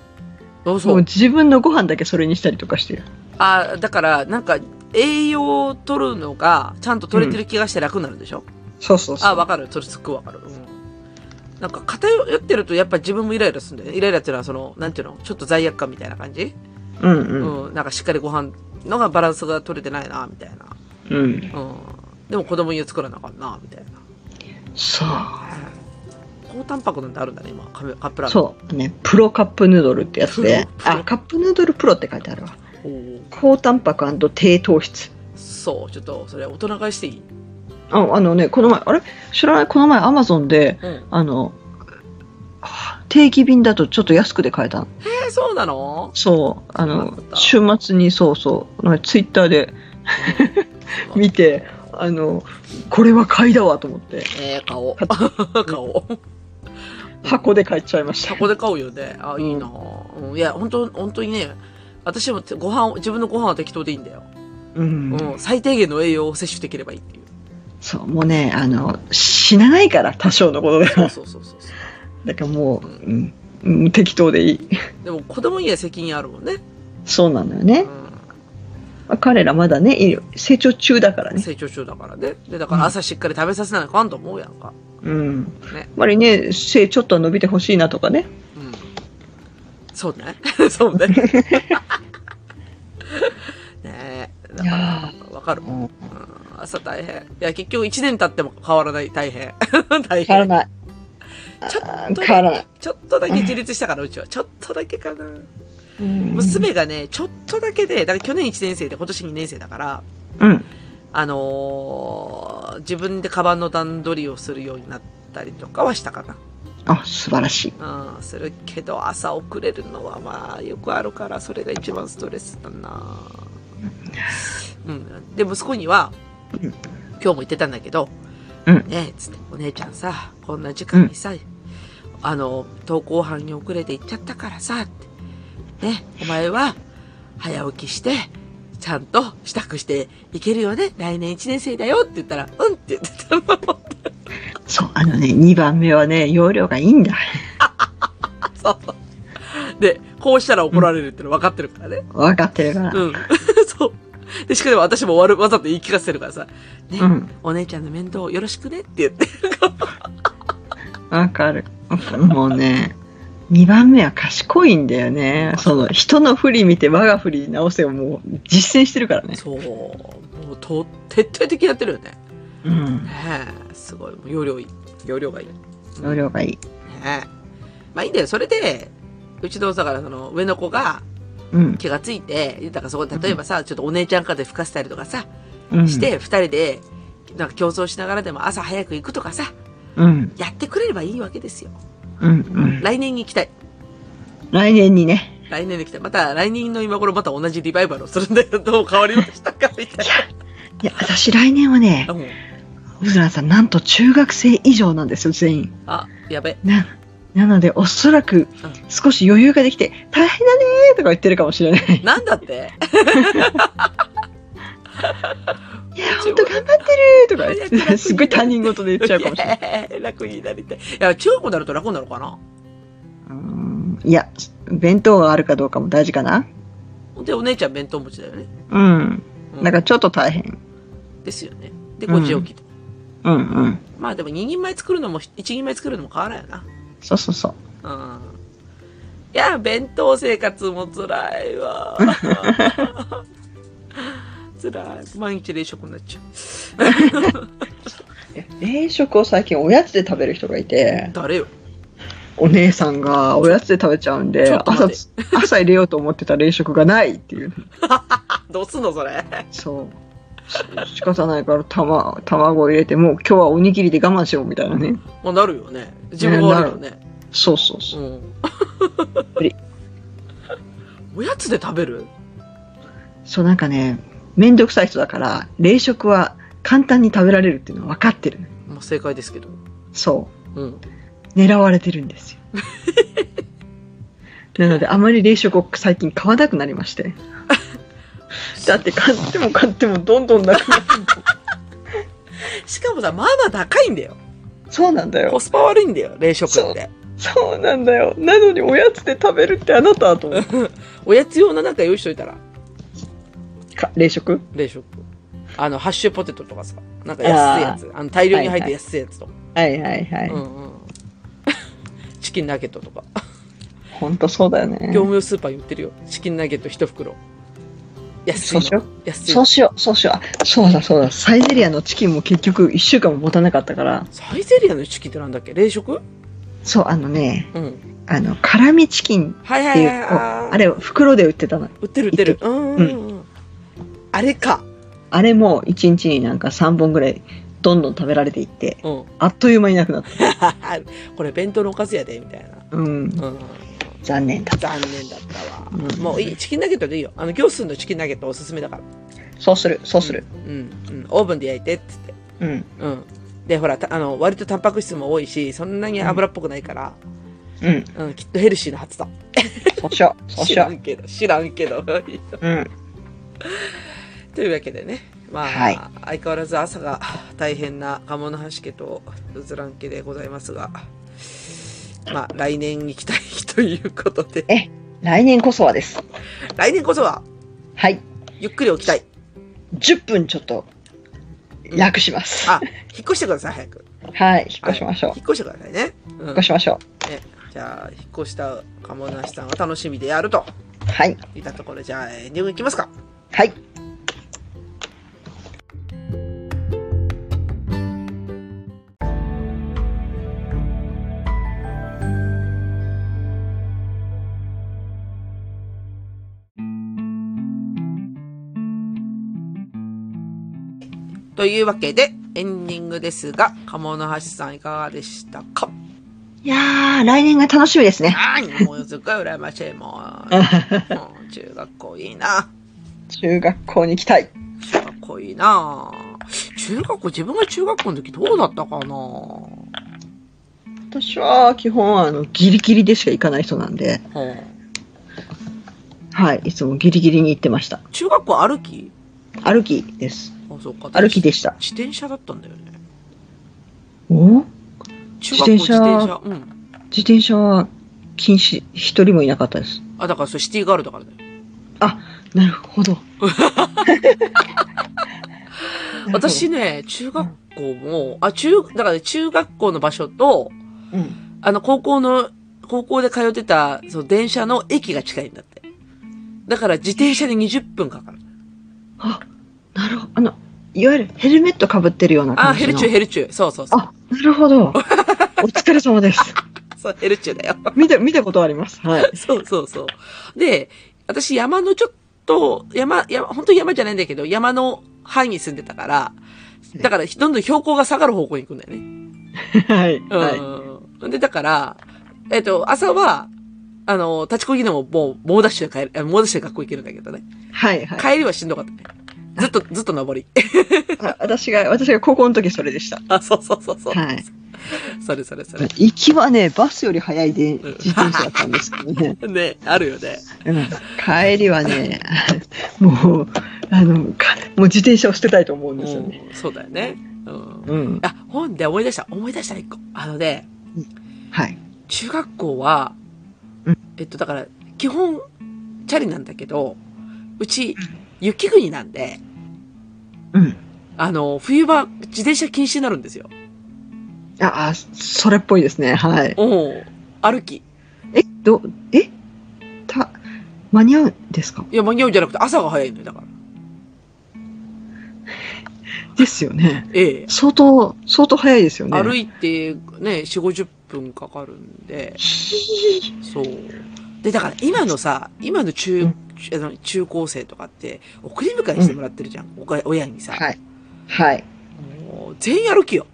そうそもうう。自分のご飯だけそれにしたりとかしてる。あ、だから、なんか、栄養を取るのが、ちゃんと取れてる気がして楽になるでしょ、そうそうあ、そう。わかる。それすっごいわかる。うん。なんか、偏ってると、やっぱ自分もイライラするんだよね。イライラっていうのは、その、なんていうのちょっと罪悪感みたいな感じ、うんううん。ん、なんか、しっかりご飯のがバランスが取れてないな、みたいな。うん。うん。でも子供には作らなあかんな、みたいな。そ高タンパクなんてあるんだね、今。カメカップう。ラーメン。そう。ね、プロカップヌードルってやつで。プロプロあ、カップヌードルプロって書いてあるわ。おー高タンパク低糖質。そう、ちょっと、それ大人買いしていいああのね、この前、あれ知らないこの前アマゾンで、うん。あの、はあ定期便だとちょっと安くで買えたの。えー、そうなのそう。あそうのなん、だ週末にそうそう、なんかツイッター で見て、あの、これは買いだわと思って、えー、買おう。買買おう。箱で買っちゃいました。箱で買うよね。あ、いいな、うん、いや、本当本当にね、私もご飯を、自分のご飯は適当でいいんだよ。うん。うん。最低限の栄養を摂取できればいいって いう。そう、もうね、あの、死なないから、多少のことが。そうそうそうそうそう。だからもう、うんうん、適当でいい。でも子供には責任あるもんね。そうなのよね。うまあ彼らまだね、いいよ成長中だからん。ね。成長中だからね。で、だから朝しっかり食べさせなきゃあかんと思うやんか。うん。ねやっぱりね、背ちょっとは伸びてほしいなとかね。うん。そうね。 そうね。ねえ。だかいら、わかる。ううんん、朝大変。いや、結局1年経っても変わらない。大変。 大変わら変。ない。ちょっあとー変わらだないけ。、ちょっとだけ自立したから、うちは。ちょっとだけかな。うん娘がね、ちょっとだけで、だから去年1年生で今年2年生だから、うん。あのー自分でカバンの段取りをするようになったりとかはしたかな。あ、素晴らしい。うん、するけど朝遅れるのはまあよくあるからそれが一番ストレスだなうんで息子にはうん今日も言ってたんだけど「うんねえ」つって「お姉ちゃんさこんな時間にさ、あの登校班に遅れて行っちゃったからさ」って「ねお前は早起きしてちゃんと支度していけるよね来年1年生だよ」って言ったら「うん」って言ってたのそう、あのね、2番目はね、容量がいいんだ。そうそうでこうしたら怒られるっての分かってるからね分かってるから。うん。 そう。で、しかも私もわるわざと言い聞かせてるからさ、ね、うん。お姉ちゃんの面倒よろしくねって言って。わかる。もうね、2番目は賢いんだよね。その、人の振り見て我が振り直せをもう実践してるからね。そう。もう、と、徹底的にやってるよね。うん。ねえ、すごい。もう容量いい。容量がいい。うん容量がいい。ねえ。まあいいんだよ。それで、うちの、だからその、上の子がうん。気がついて、だからそこで例えばさ、ちょっとお姉ちゃん風吹かせたりとかさ、うんして、二人で、なんか競争しながらでも朝早く行くとかさ、うん。やってくれればいいわけですよ。うん。うん。来年に行きたい。来年にね。来年できた。また来年の今頃また同じリバイバルをするんだけど、 どう変わりましたかみたいいや、私来年はねな。、うんうずらさん、なんと中学生以上なんですよ、全員。あ、やべ。な、なので、おそらく少し余裕ができて、大変だねーとか言ってるかもしれない。いなんだってや、ほんと頑張ってるーとか言って、すっ ごい他人事で言っちゃうかもしれない。 いや楽になりたい。いや、中学になると楽になるかなうーんいや、弁当があるかどうかも大事かな。で、お姉ちゃん弁当持ちだよね。うん。うん、なんかちょっと大変。ですよね。で、ご自置きと。うんうん。まあでも2人前作るのも、1人前作るのも変わらんよな。そうそうそうう。ん。いや、弁当生活も辛いわ。 辛い。毎日冷食になっちゃう。冷食を最近おやつで食べる人がいて、誰よ。お姉さんがおやつで食べちゃうんちょで、っと待朝って、朝入れようと思ってた冷食がないっていう。どうすんのそれ。 そう。仕方ないから、たま、卵を入れて、もう今日はおにぎりで我慢しろみたいなね。まあ、なるよね。自分が悪いよね。そうそうそうう。ん無理。おやつで食べるそう、なんかね、めんどくさい人だから、冷食は簡単に食べられるっていうのは分かってる。まあ、正解ですけど。そうん。う。狙われてる んですよ。なので、あまり冷食を最近買わなくなりまして。だって買っても買ってもどんどんなくなる。しかもさ、まあまあ高いんだよ。そうなんだコよ。スパ悪いんだよ、冷食って。そうなんだよ。なのにおやつで食べるってあなたと思う。おやつ用のなんか用意しといたら、か冷食冷食。あの、ハッシュポテトとかさ、なんか安いやつ。あの、大量に入った安いやつとか。はいはいはい。うんうん。 チキンナゲットとか。ほんとそうだよね業。務用スーパーに売ってるよ。チキンナゲット一袋。安いそうしよのう。安いそのう。しよう、そうしようあ。そうだそうだ。サイゼリアのチキンも結局1週間も持たなかったから。サイゼリアのチキンってなんだっけ冷食そう、あのね、うん。あの、辛味チキンはいっはていいう、はいこうあー。あれを袋で売ってたの。売ってる売ってる。うんうんうん。あれか。あれも1日になんか3本ぐらいどんどん食べられていって、うん。あっという間になくなった。 これ弁当のおかずやで、みたいな。うん、うん。残念だ。残念だったわ。うんもういい。チキンナゲットでいいよ。あの、行数のチキンナゲットおすすめだから。そうする、そうする。うん。うん。オーブンで焼いて、っつって。うん、うん。で、ほら、たあの、割とタンパク質も多いし、そんなに油っぽくないから、うん、うん、きっとヘルシーなはずだ。そうしよう、そう知しらよんけど、知らんけど。う。うん、というわけでね、まあ、はい相変わらず朝が大変な鴨の橋家とうずらん家でございますが、まあ、来年行きたいということで、来年こそはです。来年こそははい、ゆっくり起きたい。 10分ちょっと楽します。あ、引っ越してください、早く。はい、引っ越しましょう。引っ越してくださいね。うん引っ越しましょねじゃあ、引っ越した鴨の橋さんは楽しみでやると。う。はい、いったところで、じゃあ、エンディングいきますか。はい。というわけで、エンディングですが、鴨の橋さんいかがでしたかいやー、来年が楽しみですね。あーもうすっごい羨ましい、 もう。もう中学校いいな。中学校に行きたい。中学校いいな。中学校、自分が中学校の時どうだったかなほ私は基本あのギリギリでしか行かない人なんで、うはい、いつもギリギリに行ってました。中学校歩き歩きです。あ、そうか。歩きでした。自転車だったんだよね。お中学校自自転車。転車うん。自転車は禁止、一人もいなかったです。あ、だからそれシティガールだからだよ。なるほ ど。私ね、中学校も、あ、中、だからね中学校の場所と、うん、あの、高校の、高校で通ってた、その電車の駅が近いんだって。だから自転車で20分かかる。あ、なるほど。あの、いわゆるヘルメットかぶってるようなあ、感じヘの。ルチュー、ヘルチュー。そうそうそう。あ、なるほ ど。お疲れ様です。そう、ヘルチューだよ。 見た、見たことあります。はい。 そうそうそう。で、私山のちょっと、山、山、本当に山じゃないんだけど、山の範囲に住んでたから、だから、どんどん標高が下がる方向に行くんだよね。はい。うん。はい。で、だから、えっ、と、朝は、あの、立ちこぎでももう、猛ダッシュで帰る、あ猛ダッシュで学校行けるんだけどね。はい。はい。帰りはしんどかったね。ずっと、ずっと登り。 あ私が、私が高校の時それでした。あ、そうそうそうそう。はい。それそれそれ。 行きはね、バスより早いで、ん自転車だったんですけどね。ね、あるよね。うん帰りはね、 もう、あの、かもう自転車を捨てたいと思うんですよね。うんそうだよね。うん。うん。あ、本で思い出した、思い出した一個。あのね、はい。中学校はうん、えっと、だから、基本、チャリなんだけど、うち、雪国なんで、うん。あの、冬場、自転車禁止になるんですよ。ああ、それっぽいですね。はい。おう歩き。え、ど、えた、間に合うんですかいや、間に合うんじゃなくて、朝が早いのよ、だから。ですよね。ええ。相当、相当早いですよね。歩いいて、ね、4、50分かかるんで、そう。で、だから、今のさ、今の中、うんあの中高生とかって、送り迎えしてもらってるじゃん。おか親にさ。はい。はい。もう、全員歩きよ。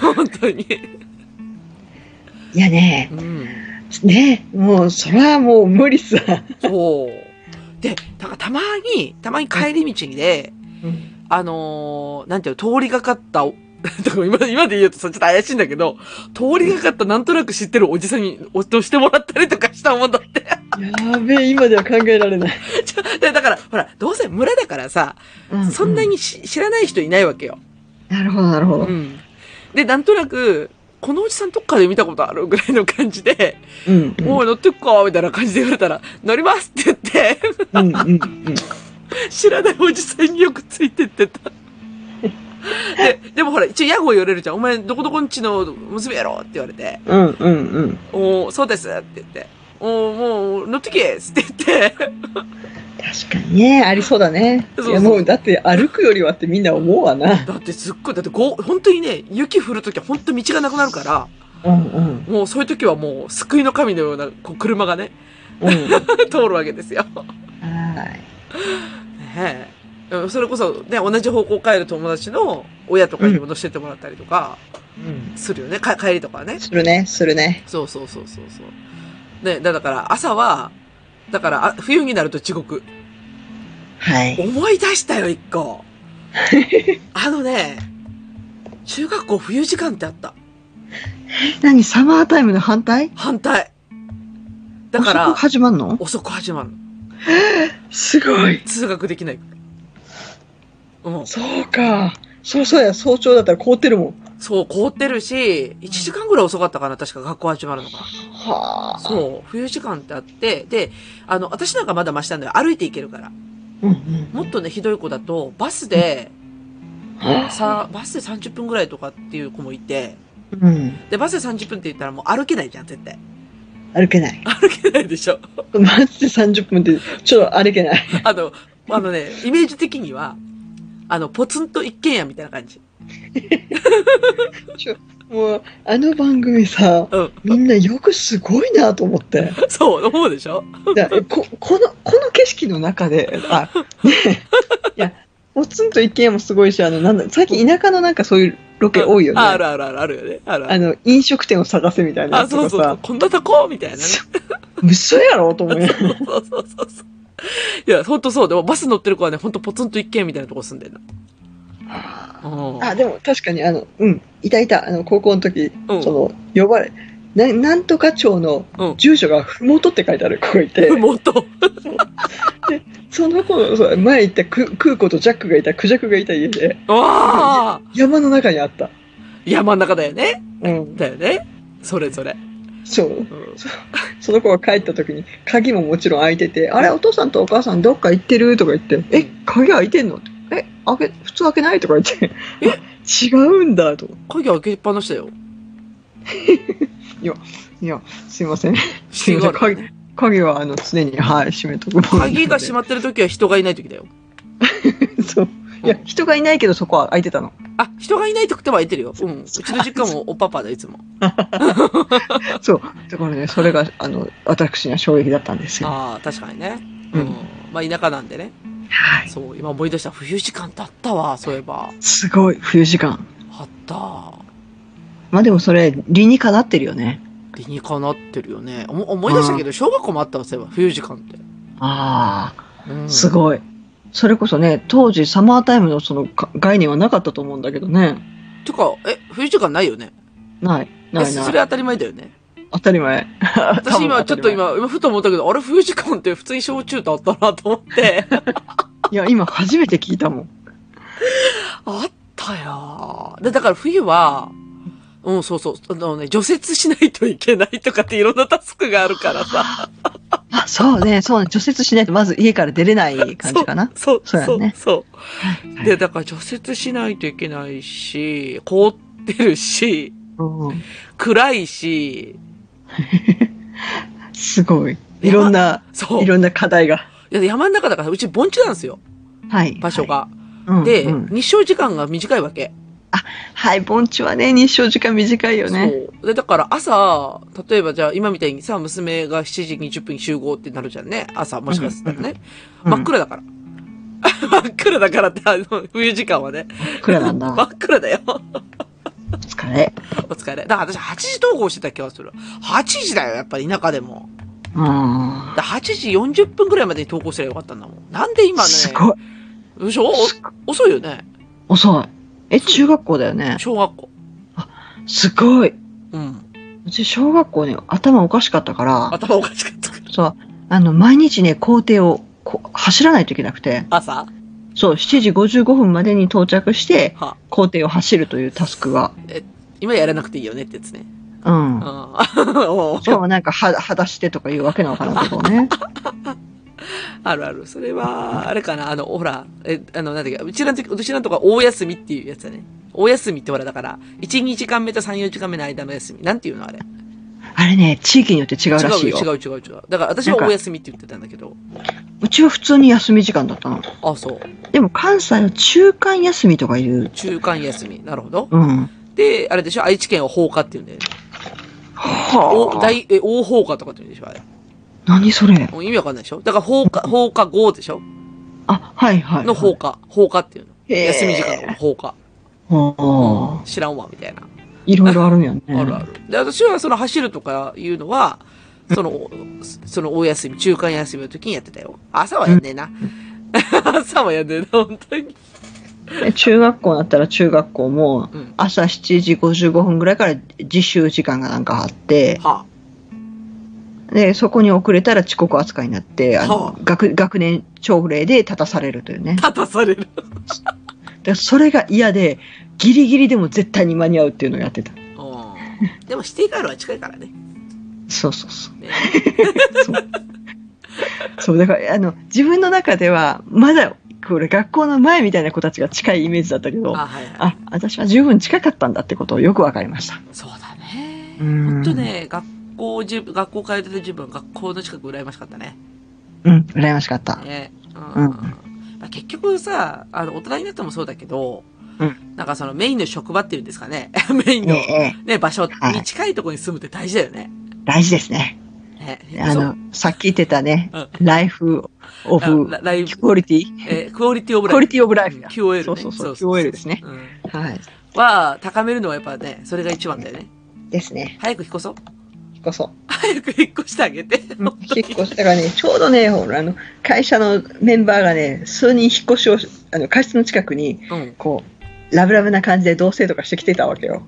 本当に。いやね、うん。ね、もう、それはもう無理さ。そう。で、だからたまに、たまに帰り道で、うんあのーなんていうの、通りがかった お、だから今今で言うとさ、ちょっと怪しいんだけど、通りがかったなんとなく知ってるおじさんに押してもらったりとかしたもんだ って。やべえ、今では考えられない。ちょでだから、ほら、どうせ村だからさ、そんなにし知らない人いないわけよ。なるほど、なるほどう。ん。で、なんとなく、このおじさんどっかで見たことあるぐらいの感じで、うん。うんおい、乗ってくかみたいな感じで言われたら、乗りますって言って、 うんうんうん。知らないおじさんによくついてってた。で、でもほら、一応屋号言われるじゃん。お前、どこどこんちの娘やろって言われて、うんうんうん。おーそうですって言って、おーもう、乗ってけっつって言って、確かにね、ありそうだね。そうそういやもうだって歩くよりはってみんな思うわな。だってすっごい、だってご、本当にね、雪降るときは本当道がなくなるから、うんうんもうそういうときはもう、救いの神のような、こう、車がね、 うん。は通るわけですよ。ーい。ねえうんそれこそ、ね、同じ方向帰る友達の親とかにも乗せてもらったりとか、うん。するよね、か帰りとかね。するね、するね。そうそうそうそうそう。ね、だだから朝は、だからあ冬になると地獄。はい。思い出したよ、一 個。あのね、中学校冬時間ってあった。何サマータイムの反対反対。だか遅らく、始まんの遅く始まるの。すごい。通学できない。うん。そうか。そうそうや、早朝だったら凍ってるもん。そう、凍ってるし、1時間ぐらい遅かったかな、確か学校始まるのが。はあ。そう、冬時間ってあって、で、あの、私なんかまだマシなんだよ。歩いて行けるから。うんうん。もっとね、ひどい子だと、バスで、はあ。さ、バスで30分ぐらいとかっていう子もいて、うん。で、バスで30分って言ったらもう歩けないじゃん、絶対。歩けない。歩けないでしょ。マジで30分って、ちょっと歩けない。 あの、あのね、イメージ的には、あの、ポツンと一軒家みたいな感じ。もう、あの番組さ、うん。みんなよくすごいなと思って。そう、思うでしょだここの、この景色の中で、あ、ねいや、ポツンと一軒家もすごいし、あの、なんだ、最近田舎のなんかそういうロケ多いよね。あああるあるあるあるよね。あるある。の、飲食店を探せみたいなあ、やつそうとかそうそう。さ、こんなとこみたいなね。嘘やろと 思うよ。そうそうそうそう。いや、ほんとそう。でもバス乗ってる子はね、ほんとポツンと一軒家みたいなとこ住んでんの。うん。あ、でも確かに、あの、うん、いたいた、あの、高校の時、うんその、呼ばれ、ななんとか町のうん住所がふもとって書いてある子がいて、もっと。その子、そう前行ったククーコとジャックがいた、クジャクがいた家で、わあ山の中にあった。山の中だよね。うん。だよね。それぞれ。そう。うんその子が帰った時に、鍵ももちろん開いてて、あれ、お父さんとお母さんどっか行ってるとか言って、え、鍵開いてんのえ、開け、普通開けないとか言って、 違うんだと。鍵開けっぱなしだよ。いや、すいません。すい違まうのせん。ね 鍵、鍵はあの、常に、はい、閉めとくもんなんで鍵が閉まってる時は人がいない時だよ。 そう。いや、人がいないけどそこは開いてたの。あ、人がいない時とは空いてるよ。うん。うちの実家もおパパだ、いつ も。そう。だからね、それが、あの、私には衝撃だったんですよ。ああ、確かにね。ううんん。まあ、田舎なんでね。はい。そう、今思い出した。冬時間だったわ、そういえば。すごい、冬時間。あった。まあでもそれ、理にかなってるよね。理にかなってるよね。おも思い出したけど、小学校もあったわ、そういえば。冬時間って。ああ。うん。すごい。それこそね、当時サマータイムのそのか概念はなかったと思うんだけどね。てか、え、冬時間ないよね。ない、え、ないそなれい。当たり前だよね。当たり前。 多私分今ちょっと当たり前。今、今ふと思ったけど、あれ冬時間って普通に小中とあったなと思って。いや、今初めて聞いたもん。あったよで、だから冬は、うん、そうそう、あのね、除雪しないといけないとかっていろんなタスクがあるからさ。あ、そうね、そうね、除雪しないとまず家から出れない 感じかな。そう、そうやそう、ねそう。はいで、だから除雪しないといけないし、凍ってるし、うん暗いし、すごい。いろんな、そう。いろんな課題が。いや山の中だから、うち盆地なんですよ、はい。場所が。はい。で、うんうん日照時間が短いわけ。はい、盆地はね、日照時間短いよね。そう。で、だから朝、例えばじゃあ今みたいにさ、娘が7時20分に集合ってなるじゃんね。朝、もしかしたらね。うん真っ暗だから。 真っ暗だからって、あの、冬時間はね。真っ暗なん真 だ。っ暗だよ。お疲れ。お疲れ。だから私8時投稿してた気がする。8時だよ、やっぱり田舎でも。うん。だ8時40分ぐらいまでに投稿すればよかったんだもん。なんで今ね。すごい。でしょすごいお遅いよね。遅い。え、中学校だよね。小学校。すごい。うん。うち小学校ね、頭おかしかったから、頭おかしかったから。そう、あの、毎日ね、校庭をこ走らないといけなくて、朝そう、7時55分までに到着して、は校庭を走るというタスクが。今やらなくていいよねってやつね。うん。ああ おうしかもなんか、は、裸足でとかいうわけのわからんことをね。あるある。それは、あれかな、あの、ほら、え、あの、なんだっけ、うちらの時、うちらのとこは大休みっていうやつだね。大休みってほら、だから、1、2時間目と3、4時間目の間の休み。なんていうのあれ。あれね、地域によって違うらし違いうよ。よ違う違う違う。だから私は大休みって言ってたんだけど。うちは普通に休み時間だったの。あ、そう。でも関西は中間休みとかいう。中間休み。なるほど。うん。で、あれでしょ愛知県は放火って言うんだよね。おはあ。大、え、大放火とかって言うんでしょあれ。何それ。もう意味わかんないでしょだから放火、放火後でしょあ、はいはい、はい。の放火。放火っていうの。へー休み時間の放火。はあ。知らんわ、みたいな。いろいろあるんやね。あるある。で、私はその走るとかいうのは、その、 その大休み、中間休みの時にやってたよ。朝はやんねえな。 朝はやんねえな、本当に。で中学校だったら中学校もうん朝7時55分ぐらいから自習時間がなんかあって、はで、そこに遅れたら遅刻扱いになって、あはあの、学、学年朝礼で立たされるというね。あ、立たされる。でそれが嫌で、ギリギリでも絶対に間に合うっていうのをやってた。うんでも指定回路は近いからね。そうそうそう。ねそう、だから、あの、自分の中では、まだ、これ学校の前みたいな子たちが近いイメージだったけど、あ、はいはい。あ、私は十分近かったんだってことをよくわかりました。そうだね。うんほんとね、学校じゅ、学校通ってた自分、学校の近く羨ましかったね。うん、羨ましかった。ね。うん。うんまあ結局さ、あの、大人になってもそうだけど、うんなんかそのメインの職場っていうんですかね。 メインの、ええね、場所はいに近いところに住むって大事だよね。大事ですね。ねあそうの、さっき言ってたね、うライフオあブラライ クオリティ、えークオリティオブライフ。 クオリティオブライフうんだ QOL ね。そうそうそう QOL ですねうんはい。は、高めるのはやっぱね、それが一番だよね。ですね。早く引っ越そう。 引っ越そう。早く引っ越してあげて。引っ越したからね、ちょうどね、ほら、あの、会社のメンバーがね、数人引っ越しを、あの、会社の近くに、うん。こう、ラブラブな感じで同棲とかしてきてたわけよ。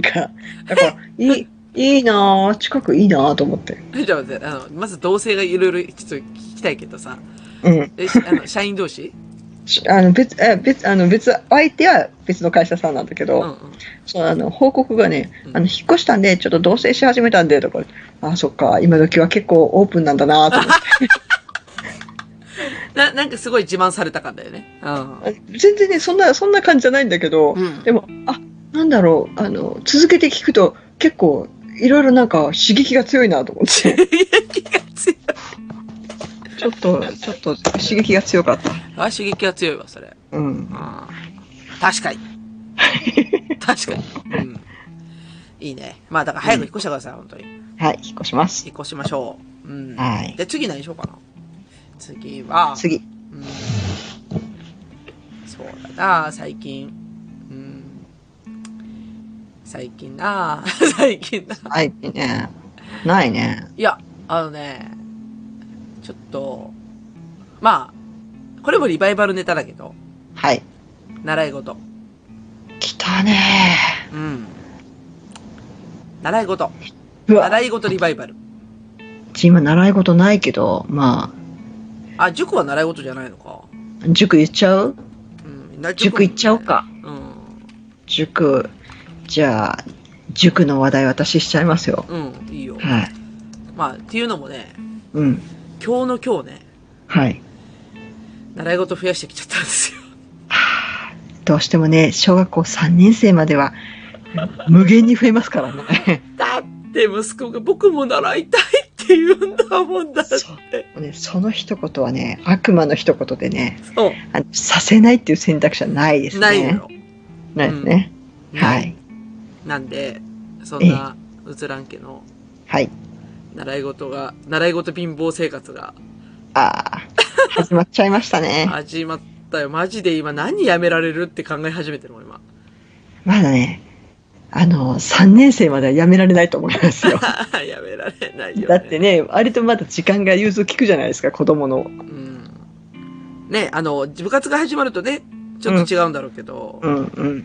人か。だから、いい、いいなぁ、近くいいなぁと思って。じゃあ待って、あの、まず同性がいろいろちょっと聞きたいけどさ、うん。え、しあの、社員同士しあの、別、え別、あの、別、相手は別の会社さんなんだけど、うんうん。そう、あの、報告がねう、んあの、引っ越したんで、ちょっと同棲し始めたんで、とか、あ、そっか、今時は結構オープンなんだなと思 っな、なんかすごい自慢された感だよね。うん。て。全然ね、そんな、そんな感じじゃないんだけど、うんでも、あ、なんだろう、あの、続けて聞くと、結構、いろいろなんか刺激が強いなと思 って、刺激が強い。ちょっと、ちょっと刺激が強かった。あ、刺激が強いわ、それ。うん。あー確 かに。確かに。うん。いいね。まあ、だから早く引っ越してください、本当に。はい、引っ越します。引っ越しましょう。うん。はいで、次何しようかな。次は、次。うん。そうだな、最近。うん。最近な、 最近な。はい、ね。ないね。いや、あのね、ちょっと、まあ、これもリバイバルネタだけど、はい。習い事。来たねうん。習い事。うわ、習い事リバイバル。今習い事ないけど、まあ、塾は習い事じゃないのか。あ、塾言っちゃううん。な塾行っちゃおう。か。うん。塾、じゃあ、塾の話題私しちゃいますよ。うん、いいよ。はい。まあ、っていうのもね、うん。今日の今日ね、はい。習い事増やしてきちゃったんですよ。 どうしてもね、小学校3年生までは、無限に増えますからね。 だって息子が僕も習いたいって言うんだもんだって。そねその一言はね、悪魔の一言でね、そあのさせないっていう選択肢はないですう。ね。ないのよ。ないですね。うんは。い。なんで、そんな、うつらん家のはい。習い事が、習い事貧乏生活があ あ、始まっちゃいましたね。始まったよ。マジで今何やめられるって考え始めてるもん、今。まだね、あの、3年生まではやめられないと思いますよ。やめられ ないよ、ね。だってね、割とまだ時間が融通きくじゃないですか、子供の。うん。ね、あの、部活が始まるとね、ちょっと違うんだろうけど、うんうん。ね。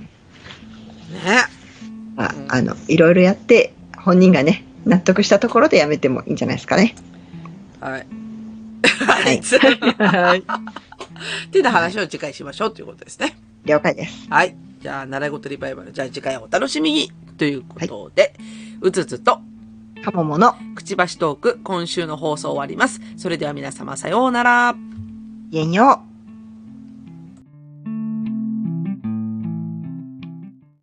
まあう、んあの、いろいろやって、本人がね、納得したところでやめてもいいんじゃないですかね。 はい。ははいい。はい。っていうような話を次回しましょうということですね。了解です。はい。じゃあ、習い事リバイバル、じゃあ次回お楽しみにということで、うつつと、かももの、くちばしトーク、今週の放送終わります。それでは皆様、さようなら。げんよう。